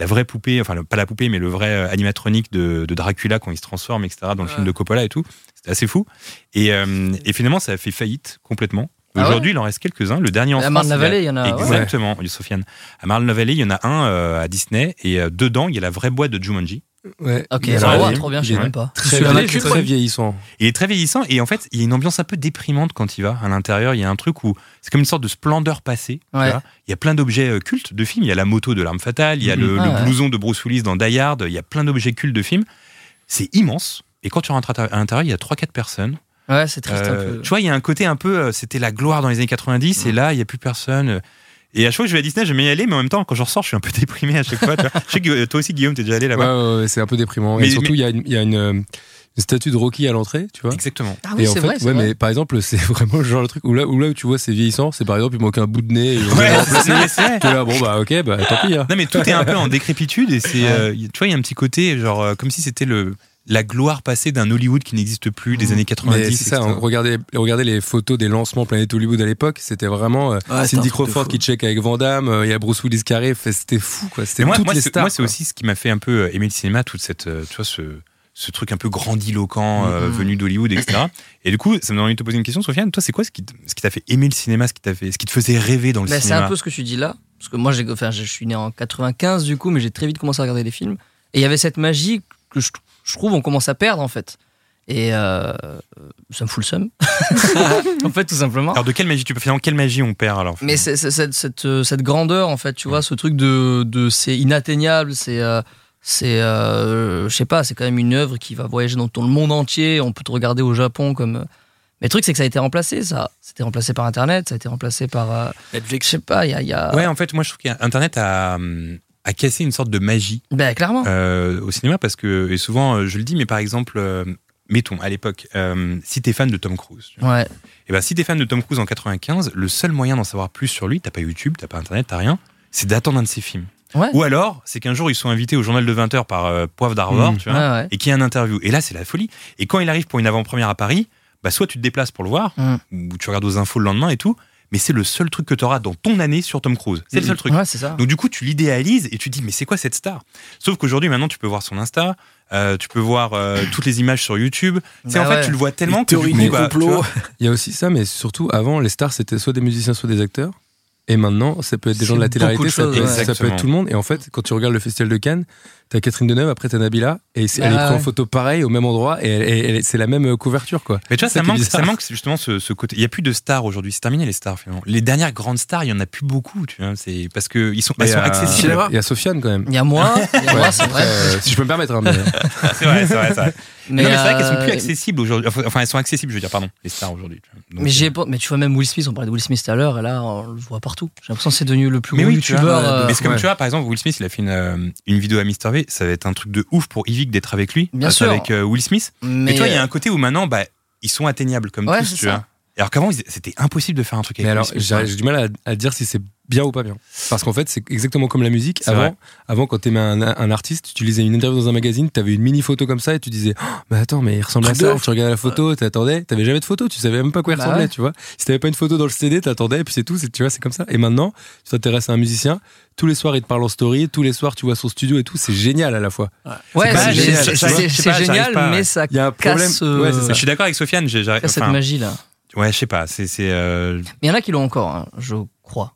la vraie poupée, enfin le- pas la poupée, mais le vrai euh, animatronique de, de Dracula quand il se transforme, etc., dans le film de Coppola et tout. C'était assez fou. Et, euh, et finalement, ça a fait faillite complètement. Ah ouais Aujourd'hui, il en reste quelques-uns. Le dernier en À France, il a- Marne-la-Vallée, il y en a. Ah ouais. Exactement, Sofiane. À Marne-la-Vallée, il y en a un euh, à Disney et euh, dedans, il y a la vraie boîte de Jumanji. Ouais. Ok, Il y a ça la- alors, va, ouais, il- trop bien, je il- sais même pas. Très, Il y en a très, qu'une très poignée. vieillissant. Il est très vieillissant et en fait, il y a une ambiance un peu déprimante quand il va. À l'intérieur, il y a un truc où c'est comme une sorte de splendeur passée. tu Ouais. vois. Il y a plein d'objets euh, cultes de films. Il y a la moto de l'arme fatale, il y a le, Ah le ouais. blouson de Bruce Willis dans Die Hard, il y a plein d'objets cultes de films. C'est immense. Et quand tu rentres à ta- à l'intérieur, il y a 3-4 personnes. Ouais, c'est triste un Euh, peu. Tu vois, il y a un côté un peu, euh, c'était la gloire dans les années 90, et là, il n'y a plus personne. euh, Et à chaque fois que je vais à Disney, j'aime bien y aller, mais en même temps, quand je ressors, je suis un peu déprimé à chaque fois. tu vois. je sais que euh, toi aussi, Guillaume, t'es déjà allé Ouais, là-bas. ouais, ouais, c'est un peu déprimant. Mais- et surtout, il y a, une, il y a une, euh, une statue de Rocky à l'entrée, tu vois. Exactement. Ah et oui, en c'est fait, vrai. c'est ouais, vrai. mais par exemple, c'est vraiment le genre de truc où là, où là où tu vois c'est vieillissant, c'est par exemple, il manque un bout de nez. Et on Ouais, va le remplacer. c'est- c'est vrai. T'es là, bon, bah ok, bah tant pis. hein. Non, mais tout est un peu en décrépitude, et c'est, euh, y- tu vois, il y a un petit côté, genre, euh, comme si c'était le la gloire passée d'un Hollywood qui n'existe plus des années 90. Mmh. Mais c'est ça, etc. hein, regardez, regardez les photos des lancements Planète Hollywood à l'époque, c'était vraiment euh, Ouais, c'était un truc Cindy de Crawford fou. qui check avec Van Damme, euh, il y a Bruce Willis qui arrive, fait- c'était fou quoi, c'était Mais moi, toutes moi, les c'est- stars. moi, c'est quoi. aussi ce qui m'a fait un peu euh, aimer le cinéma, toute cette, euh, tu vois, ce, ce truc un peu grandiloquent euh, Mhm. venu d'Hollywood, etc. Et du coup, ça me donne envie de te poser une question, Sofiane. Toi, c'est quoi ce qui, t- ce qui t'a fait aimer le cinéma, ce qui t'a fait, ce qui te faisait rêver dans le Bah, c'est cinéma un peu ce que tu dis là. Parce que moi, j'ai- enfin, je suis né en 95 du coup, mais j'ai très vite commencé à regarder les films. Et il y avait cette magie que je, je trouve on commence à perdre en fait. Et euh, ça me fout le seum. en fait, tout simplement. Alors de quelle magie tu peux finalement quelle magie on perd alors Mais c'est c'est- cette, cette, euh, cette grandeur, en fait, tu vois, ce truc de, de c'est inatteignable, c'est. euh, c'est, euh, je sais pas, c'est quand même une œuvre qui va voyager dans dans le monde entier. On peut te regarder au Japon comme. euh. Mais le truc, c'est que ça a été remplacé, ça. C'était remplacé par Internet, ça a été remplacé par. euh, je sais pas, il y a. il y a- ouais en fait moi je trouve qu'Internet a hum, a cassé une sorte de magie Ben, clairement. euh, au cinéma parce que et souvent euh, je le dis mais par exemple euh, mettons à l'époque euh, si t'es fan de Tom Cruise Ouais. et ben si t'es fan de Tom Cruise en 95 le seul moyen d'en savoir plus sur lui t'as pas YouTube t'as pas Internet t'as rien c'est d'attendre un de ses films Ouais. ou alors c'est qu'un jour ils sont invités au journal de 20h par euh, Poivre d'Arvor Mhm. tu vois Mmh. Ouais, ouais. et qu'il y a un interview. Et là, c'est la folie. Et quand il arrive pour une avant-première à Paris, bah, soit tu te déplaces pour le voir, Mmh. ou tu regardes aux infos le lendemain et tout, mais c'est le seul truc que tu auras dans ton année sur Tom Cruise. C'est le seul truc. Mmh. Ouais, c'est ça. Donc du coup, tu l'idéalises et tu te dis, mais c'est quoi cette star Sauf qu'aujourd'hui, maintenant, tu peux voir son Insta, euh, tu peux voir euh, toutes les images sur YouTube. C'est Bah en fait, ouais. tu le vois tellement Les que théories du coup, du bah, tu complot. vois, Il y a aussi ça, mais surtout avant, les stars c'était soit des musiciens, soit des acteurs. Et maintenant, ça peut être des gens de la C'est beaucoup télé-réalité, de ça, choses, peut- ouais. ça peut Exactement. être tout le monde. Et en fait, quand tu regardes le Festival de Cannes, T'as Catherine Deneuve, après t'as Nabila, et c'est- Ah elle est prise en ouais. photo pareil, au même endroit, et, elle- et elle- c'est la même couverture, quoi. Mais tu vois, ça C'est ça qui est manque, bizarre. ça manque justement ce, ce côté. Il n'y a plus de stars aujourd'hui. C'est terminé les stars finalement. Les dernières grandes stars, il n'y en a plus beaucoup. Tu vois, c'est parce que ils sont, elles Et sont à- accessibles. Cinéma. Il y a Sofiane, quand même. Il y a moi, il y a moi, c'est Après, vrai. euh, si je peux me permettre, hein, mais- c'est vrai, c'est vrai, c'est vrai. Mais, non, mais c'est vrai qu'elles sont euh, plus accessibles aujourd'hui. Enfin, elles sont accessibles, je veux dire, pardon, les stars aujourd'hui. tu vois. Donc, Mais, j'ai euh, pas- mais tu vois, même Will Smith, on parlait de Will Smith tout à l'heure, et là, on le voit partout. J'ai l'impression que c'est devenu le plus Mais gros oui, tu vois, youtubeur. ouais, euh, mais c'est comme ouais. tu vois, par exemple, Will Smith, il a fait une, euh, une vidéo à Mister V. Ça va être un truc de ouf pour Yvick d'être avec lui. Bien euh, sûr. Avec euh, Will Smith. mais euh, Mais toi, il y a un côté où maintenant, bah, ils sont atteignables comme Ouais, tous, c'est tu ça. vois. Alors qu'avant, ils- c'était impossible de faire un truc avec Mais alors, Will Smith. j'ai j'ai du mal à, à dire si c'est bien ou pas bien. Parce qu'en fait, c'est exactement comme la musique. C'est vrai. Avant, avant, quand t'aimais un, un artiste, tu lisais une interview dans un magazine, t'avais une mini photo comme ça et tu disais, Oh, mais attends, mais il ressemble à Truc de ça. ouf. Tu regardais la photo, t'attendais, t'avais jamais de photo, tu savais même pas à quoi il Bah ressemblait, ouais. tu vois. Si t'avais pas une photo dans le CD, t'attendais et puis c'est tout, c'est- tu vois, c'est comme ça. Et maintenant, tu t'intéresses à un musicien, tous les soirs il te parle en story, tous les soirs tu vois son studio et tout, c'est génial à la fois. Ouais, c'est pas c'est génial, c'est- tu vois. Je sais c'est- c'est pas, j'arrive génial, pas, ouais. mais ça Il y a un problème. casse, euh, Ouais, c'est ça. Je suis d'accord avec Sofiane, j'ai- j'arrive- casse cette enfin, magie-là. Ouais, je sais pas, c'est. c'est, euh, Mais il y en a qui l'ont encore, hein, je crois.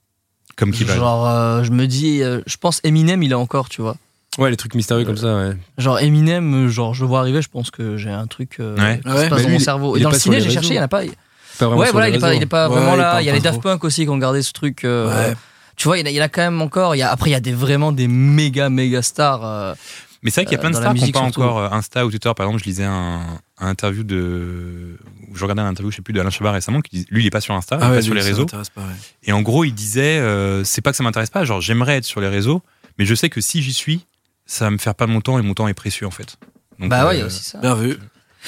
comme qui va. Genre, euh, je me dis, euh, je pense Eminem, il a encore, tu vois. Ouais, les trucs mystérieux comme ça, ouais. Genre Eminem, euh, genre je le vois arriver, je pense que j'ai un truc euh, Ouais. qui Ah ouais. se passe Mais dans Bah lui, mon il- cerveau. il Et est dans le pas sur ciné, les j'ai cherché, il n'y en a pas. Pas vraiment Ouais, sur voilà, les il est pas, réseaux. il est pas Ouais, vraiment il là. parle Il y a les pas Daft trop. Punk aussi qui ont gardé ce truc. euh, Ouais. Tu vois, il y en a- il y en a quand même encore. Il y a, après, il y a des, vraiment des méga, méga stars. euh, Mais c'est vrai qu'il y a Euh, plein de dans la stars qui n'ont musique pas surtout. encore euh, Insta ou Twitter. Par exemple, je lisais un, un interview de. Je regardais un interview, je sais plus, de Alain Chabat récemment, qui disait, lui, il est pas sur Insta, Ah Ah il est pas sur les réseaux. Et en gros, il disait, euh, c'est pas que ça m'intéresse pas, genre, j'aimerais être sur les réseaux, mais je sais que si j'y suis, ça va me faire pas mon temps et mon temps est précieux, en fait. Donc, bah ouais, il y euh, a aussi ça. Bien vu.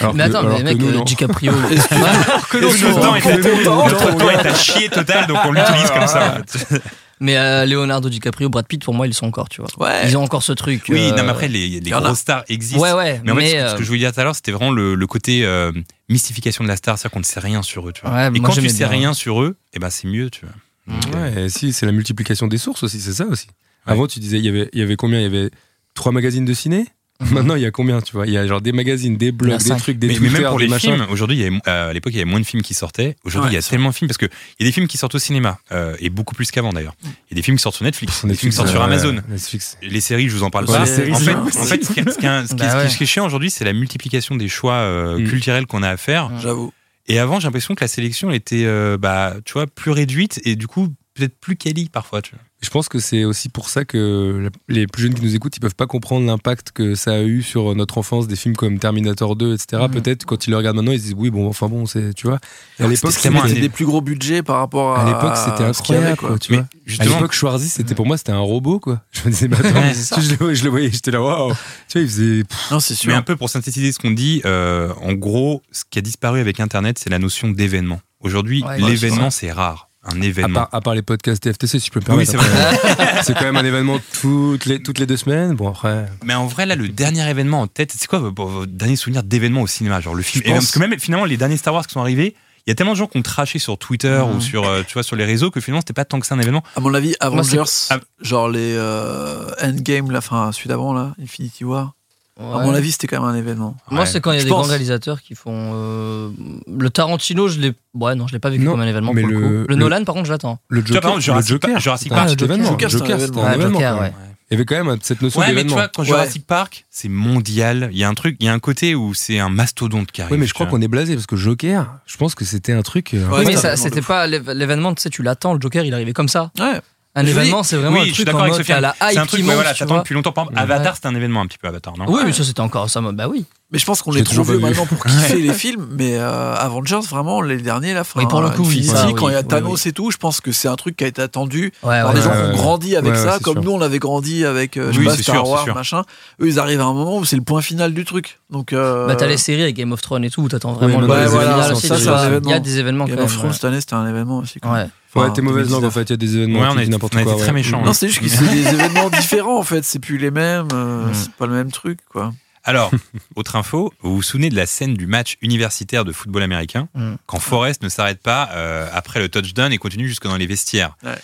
Alors mais que- attends, mais alors que mec, nous, euh, non. DiCaprio. que Parce que l'autre, le temps on est à- compte au temps. Notre temps est à chier total, donc on l'utilise Ah comme ça. en fait. Mais euh, Leonardo DiCaprio, Brad Pitt, pour moi, ils sont encore, tu vois. Ouais. Ils ont encore ce truc. Oui, euh, non, mais après, les, les y en a. grosses stars existent. Ouais, ouais, Mais, mais. en fait, ce que- ce euh, que je voulais dire tout à l'heure, c'était vraiment le, le côté euh, mystification de la star, c'est-à-dire qu'on ne sait rien sur eux. Tu vois. Ouais, et moi, quand tu j'aimais sais bien. rien sur eux, eh ben c'est mieux, tu vois. Donc, euh, Ouais, et si, c'est la multiplication des sources aussi, c'est ça aussi. Avant, tu disais, il y avait- il y avait combien Il y avait trois magazines de ciné Maintenant, il y a combien, tu vois Il y a genre des magazines, des Il y en blogs, a des cinq. trucs, des mais, mais Twitter, même pour des les machins. films, aujourd'hui, il y avait- euh, à l'époque, il y avait moins de films qui sortaient. Aujourd'hui, Ouais, il y a c'est tellement de films parce que il y a des films qui sortent au cinéma euh, et beaucoup plus qu'avant d'ailleurs. Mm. Il y a des films qui sortent sur Netflix, Pff, des films qui sortent euh, sur Amazon. Netflix. Les séries, je vous en parle Ouais, pas. les séries, en, c'est fait, pas en fait, ce qui est- ce qui est- ce qui Bah est- ouais. ce qui est chiant aujourd'hui, c'est la multiplication des choix euh, Mm. culturels qu'on a à faire. J'avoue. Et avant, j'ai l'impression que la sélection elle était, euh, bah, tu vois, plus réduite et du coup peut-être plus quali parfois. Tu vois. Je pense que c'est aussi pour ça que la- les plus jeunes qui nous écoutent, ils peuvent pas comprendre l'impact que ça a eu sur notre enfance, des films comme Terminator 2, etc. Mhm. Peut-être quand ils le regardent maintenant, ils se disent oui, bon, enfin bon, c'est, tu vois. Et à Alors que l'époque, c'était vraiment c'était- C'était des plus gros budgets par rapport à. à l'époque, c'était à ce qu'il y avait, incroyable, quoi, tu vois. À Justement, l'époque, Schwarzy, c'était pour moi, c'était un robot, quoi. Je me disais, mais attends, Ouais, tu c'est sais, je, le, je le voyais, j'étais là, waouh. Tu vois, il faisait. pff, Non, c'est mais sûr. un peu pour synthétiser ce qu'on dit, euh, en gros, ce qui a disparu avec Internet, c'est la notion d'événement. Aujourd'hui, Ouais, l'événement, c'est Ah, rare. Un à, événement. part, à part les podcasts TFTC, si je peux me oui, permettre. c'est vrai. après, c'est quand même un événement toutes les, toutes les deux semaines. Bon, après. bah, Mais en vrai, là, le dernier événement en tête, c'est quoi vos, vos derniers souvenirs d'événements au cinéma Genre le film Je pense- Parce que même, finalement, les derniers Star Wars qui sont arrivés, il y a tellement de gens qui ont traché sur Twitter Mhm. ou sur, euh, tu vois, sur les réseaux que finalement, c'était pas tant que c'est un événement. À mon avis, Moi, c'est- Avengers, Ah. genre les euh, Endgame, la fin, celui d'avant, là, Infinity War. À ouais. mon avis, c'était quand même un événement. Moi, Ouais. c'est quand il y a Je des pense. grands réalisateurs qui font. euh, le Tarantino, je l'ai. Ouais, non, je l'ai pas vécu Non, comme un événement. mais pour le, le- coup. le le- Nolan, par contre, j'attends. Le Tu vois, par Joker. exemple, le Jurassic Joker. Park- Jurassic c'était un Park, petit Joker, événement. Joker, c'était un Joker, c'était événement. un Ouais, événement. Joker, quand même. ouais. Il y avait quand même cette notion Ah, Ouais, mais tu d'événement. vois, quand Ouais. Jurassic Park, c'est mondial, il y a un truc, il y a un côté où c'est un mastodonte qui arrive. Oui, mais je crois tu qu'on est blasé parce que Joker, je pense que c'était un truc. euh, Ouais, oui, mais c'est un événement ça, de c'était fou. pas l'éve- l'événement, tu sais, tu l'attends, le Joker, il arrivait comme ça. Ouais. Un Je événement, c'est oui, vraiment un je suis truc d'accord en avec ce mode, film. t'as la C'est hype un truc, qui mais monte, voilà, tu t'attends vois. depuis longtemps. Par exemple, Ouais. Avatar, c'est un événement un petit peu Avatar, non Oui, mais ça, c'était encore ça. Bah oui. Mais je pense qu'on Je est l'ai trop toujours vieux pas vu. maintenant pour kiffer les films, mais euh, Avengers, vraiment, les derniers, la fin. Oui, pour le coup, oui, Infinity, ça, oui, quand il y a oui, Thanos et tout, je pense que c'est un truc qui a été attendu. Ouais, Alors, ouais, les gens ouais. ont ouais. grandi avec Ouais, ouais, ça, c'est comme sûr. nous on l'avait grandi avec euh, je sais Oui, pas, c'est Star sûr, c'est Wars, sûr. machin. Eux, ils arrivent à un moment où c'est le point final du truc. Donc, euh, Bah, t'as les séries avec Game of Thrones et tout, où t'attends vraiment Ouais, le ouais, le voilà, final ça, aussi, ça, tu c'est un vois. Il y événement. a des événements quand Game même. of Thrones ouais. cette année, c'était un événement aussi. quand Ouais. même. Ouais, Enfin, t'es mauvaise langue en 2019. fait, il y a des Ouais, événements. on qui a disent été- n'importe on a été quoi. très ouais. méchants, hein. Mm. Non, c'est juste que c'est des événements différents en fait, c'est plus les mêmes, euh, Mm. c'est pas le même truc quoi. Alors, autre info, vous vous souvenez de la scène du match universitaire de football américain, Mm. quand Forrest ne s'arrête pas euh, après le touchdown et continue jusque dans les vestiaires. Ouais.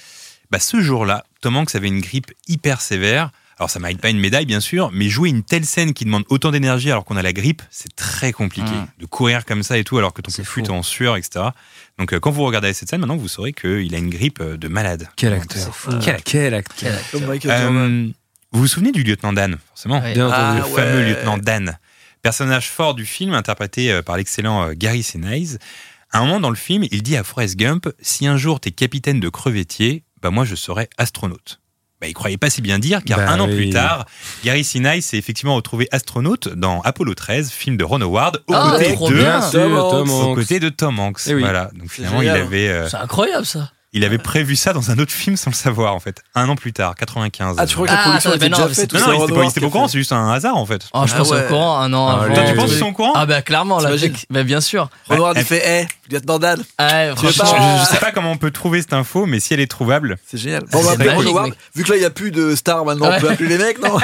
Bah, ce jour-là, Tom Hanks avait une grippe hyper sévère. Alors, ça ne mérite pas une médaille, bien sûr, mais jouer une telle scène qui demande autant d'énergie alors qu'on a la grippe, c'est très compliqué. Mm. De courir comme ça et tout, alors que ton C'est flux fou. est en sueur, etc. Donc, euh, quand vous regardez cette scène, maintenant, vous saurez qu'il a une grippe euh, de malade. Quel Donc, acteur. fou. Quel acteur. Quel acteur. Comme Michael euh, Vous vous souvenez du lieutenant Dan, forcément Ouais. Bien Ah, entendu. Le ouais. fameux lieutenant Dan, personnage fort du film interprété euh, par l'excellent euh, Gary Sinise. À un moment dans le film, il dit à Forrest Gump Si un jour t'es capitaine de crevettier, bah moi je serai astronaute. Bah, il croyait pas si bien dire, car Bah un an oui. plus tard, Gary Sinise s'est effectivement retrouvé astronaute dans Apollo 13, film de Ron Howard, aux Ah, côtés trop de bien. sûr, Tom Hanks. Tom aux Hanks. côtés de Tom Hanks. Eh oui. Voilà. Donc finalement, il génial. hein. avait, euh, C'est incroyable ça. il avait prévu ça dans un autre film sans le savoir, en fait. Un an plus tard, 95. Ah, tu crois que Ah, la production attends, était mais non, déjà mais faite c'est ou Non, c'est non, il Ron était pas, il Howard était qui pas a au courant, fait c'est juste un hasard, en fait. Oh, je Ah pense ouais. au courant un an Ah, avant. Toi, ouais. tu penses Oui. qu'ils sont au courant Ah bah clairement C'est là. magique. Bah bien sûr. Ron Howard, Ouais. il fait Eh, lieutenant Dan Ouais, Je, franchement. pas. je- je sais pas comment on peut trouver cette info, mais si elle est trouvable, C'est génial. Bon, on va C'est appeler Ron magique, Howard. mec. Vu que là, il n'y a plus de stars maintenant, on Ouais. peut appeler les mecs, non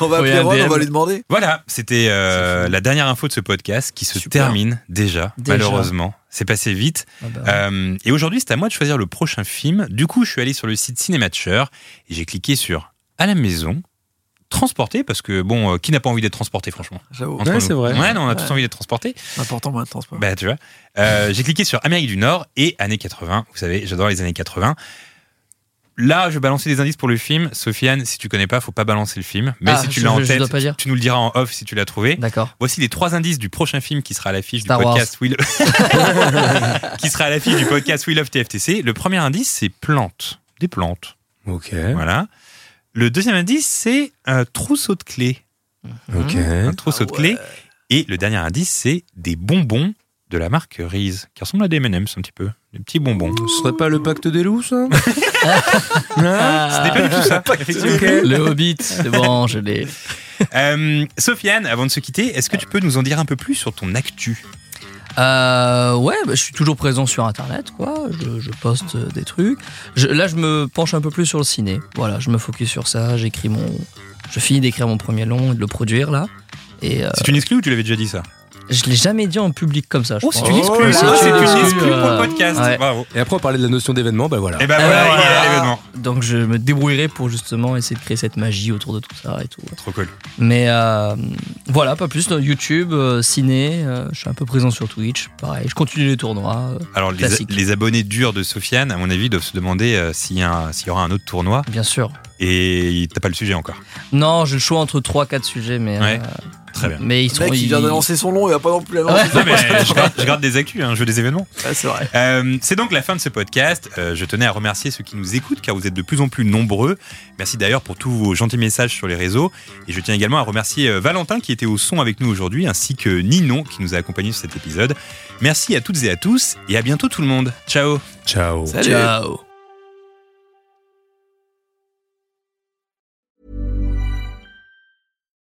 On va Oui, appeler Ron, ADM. on va lui demander. voilà, c'était euh, la dernière info de ce podcast qui se Super. termine déjà, Déjà. malheureusement. C'est passé vite. Ah bah, Euh, et aujourd'hui, c'est à moi de choisir le prochain film. Du coup, je suis allé sur le site Cinématcher et j'ai cliqué sur à la maison, transporté, parce que bon, euh, qui n'a pas envie d'être transporté, franchement J'avoue. entre Ouais, nous. c'est vrai. Ouais, non, on a tous Ouais. envie d'être transporté. C'est important maintenant, c'est pas. Bah, tu vois. Euh, j'ai cliqué sur Amérique du Nord et années 80. Vous savez, j'adore les années 80. Là, je balançais des indices pour le film. Sofiane, si tu connais pas, faut pas balancer le film. Mais Ah, si tu je- l'as en je- je tête, Ah. dois pas dire. tu nous le diras en off si tu l'as trouvé. D'accord. Voici les trois indices du prochain film qui sera à l'affiche du Star Wars. podcast Will. qui sera à l'affiche du podcast We Love TFTC. Le premier indice, c'est plantes. Des plantes. Ok. Voilà. Le deuxième indice, c'est un trousseau de clés. Ok. Un Ah trousseau Ah de clés. Et le dernier indice, c'est des bonbons de la marque Reese, qui ressemblent à des M&M's un petit peu. Des petits bonbons. Ce serait pas le pacte des loups, ça Hein Ah, C'était pas du tout ça, effectivement. Ok. le Hobbit, c'est bon, je l'ai. Euh, Sofiane, avant de se quitter, est-ce que tu peux nous en dire un peu plus sur ton actu Euh, ouais, bah, je suis toujours présent sur Internet, quoi. Je, je poste euh, des trucs. Je- là, je me penche un peu plus sur le ciné. Voilà, je me focus sur ça. J'écris mon, je finis d'écrire mon premier long et de le produire là. Et euh, C'est une exclue ou tu l'avais déjà dit ça je l'ai jamais dit en public comme ça. Je Oh, pense. c'est une exclue là, ça, c'est C'est une une exclue, exclue pour le euh, podcast ouais. Bravo Et après, on parlait de la notion d'événement, ben voilà. Et ben Eh ben voilà, il voilà. est à l'événement Donc je me débrouillerai pour justement essayer de créer cette magie autour de tout ça et tout. Trop cool. Mais euh, voilà, pas plus. euh, YouTube, euh, ciné. euh, je suis un peu présent sur Twitch. Pareil, je continue les tournois, euh, Alors, les, Classique. les abonnés durs de Sofiane, à mon avis, doivent se demander euh, s'il y, a un- s'il y aura un autre tournoi. bien sûr. Et t'as pas le sujet encore. Non, j'ai le choix entre 3-4 sujets, mais. Ouais. euh, Très bien. Mais ils Le sont. mec, il ils- vient d'annoncer son nom, il va pas non plus l'annoncer. Non, Ouais. mais je, garde, je garde des actus, hein, je veux des événements. Ouais, c'est vrai. Euh, c'est donc la fin de ce podcast. Euh, je tenais à remercier ceux qui nous écoutent car vous êtes de plus en plus nombreux. Merci d'ailleurs pour tous vos gentils messages sur les réseaux. Et je tiens également à remercier euh, Valentin qui était au son avec nous aujourd'hui ainsi que Ninon qui nous a accompagnés sur cet épisode. Merci à toutes et à tous et à bientôt tout le monde. Ciao Ciao. Salut. Ciao.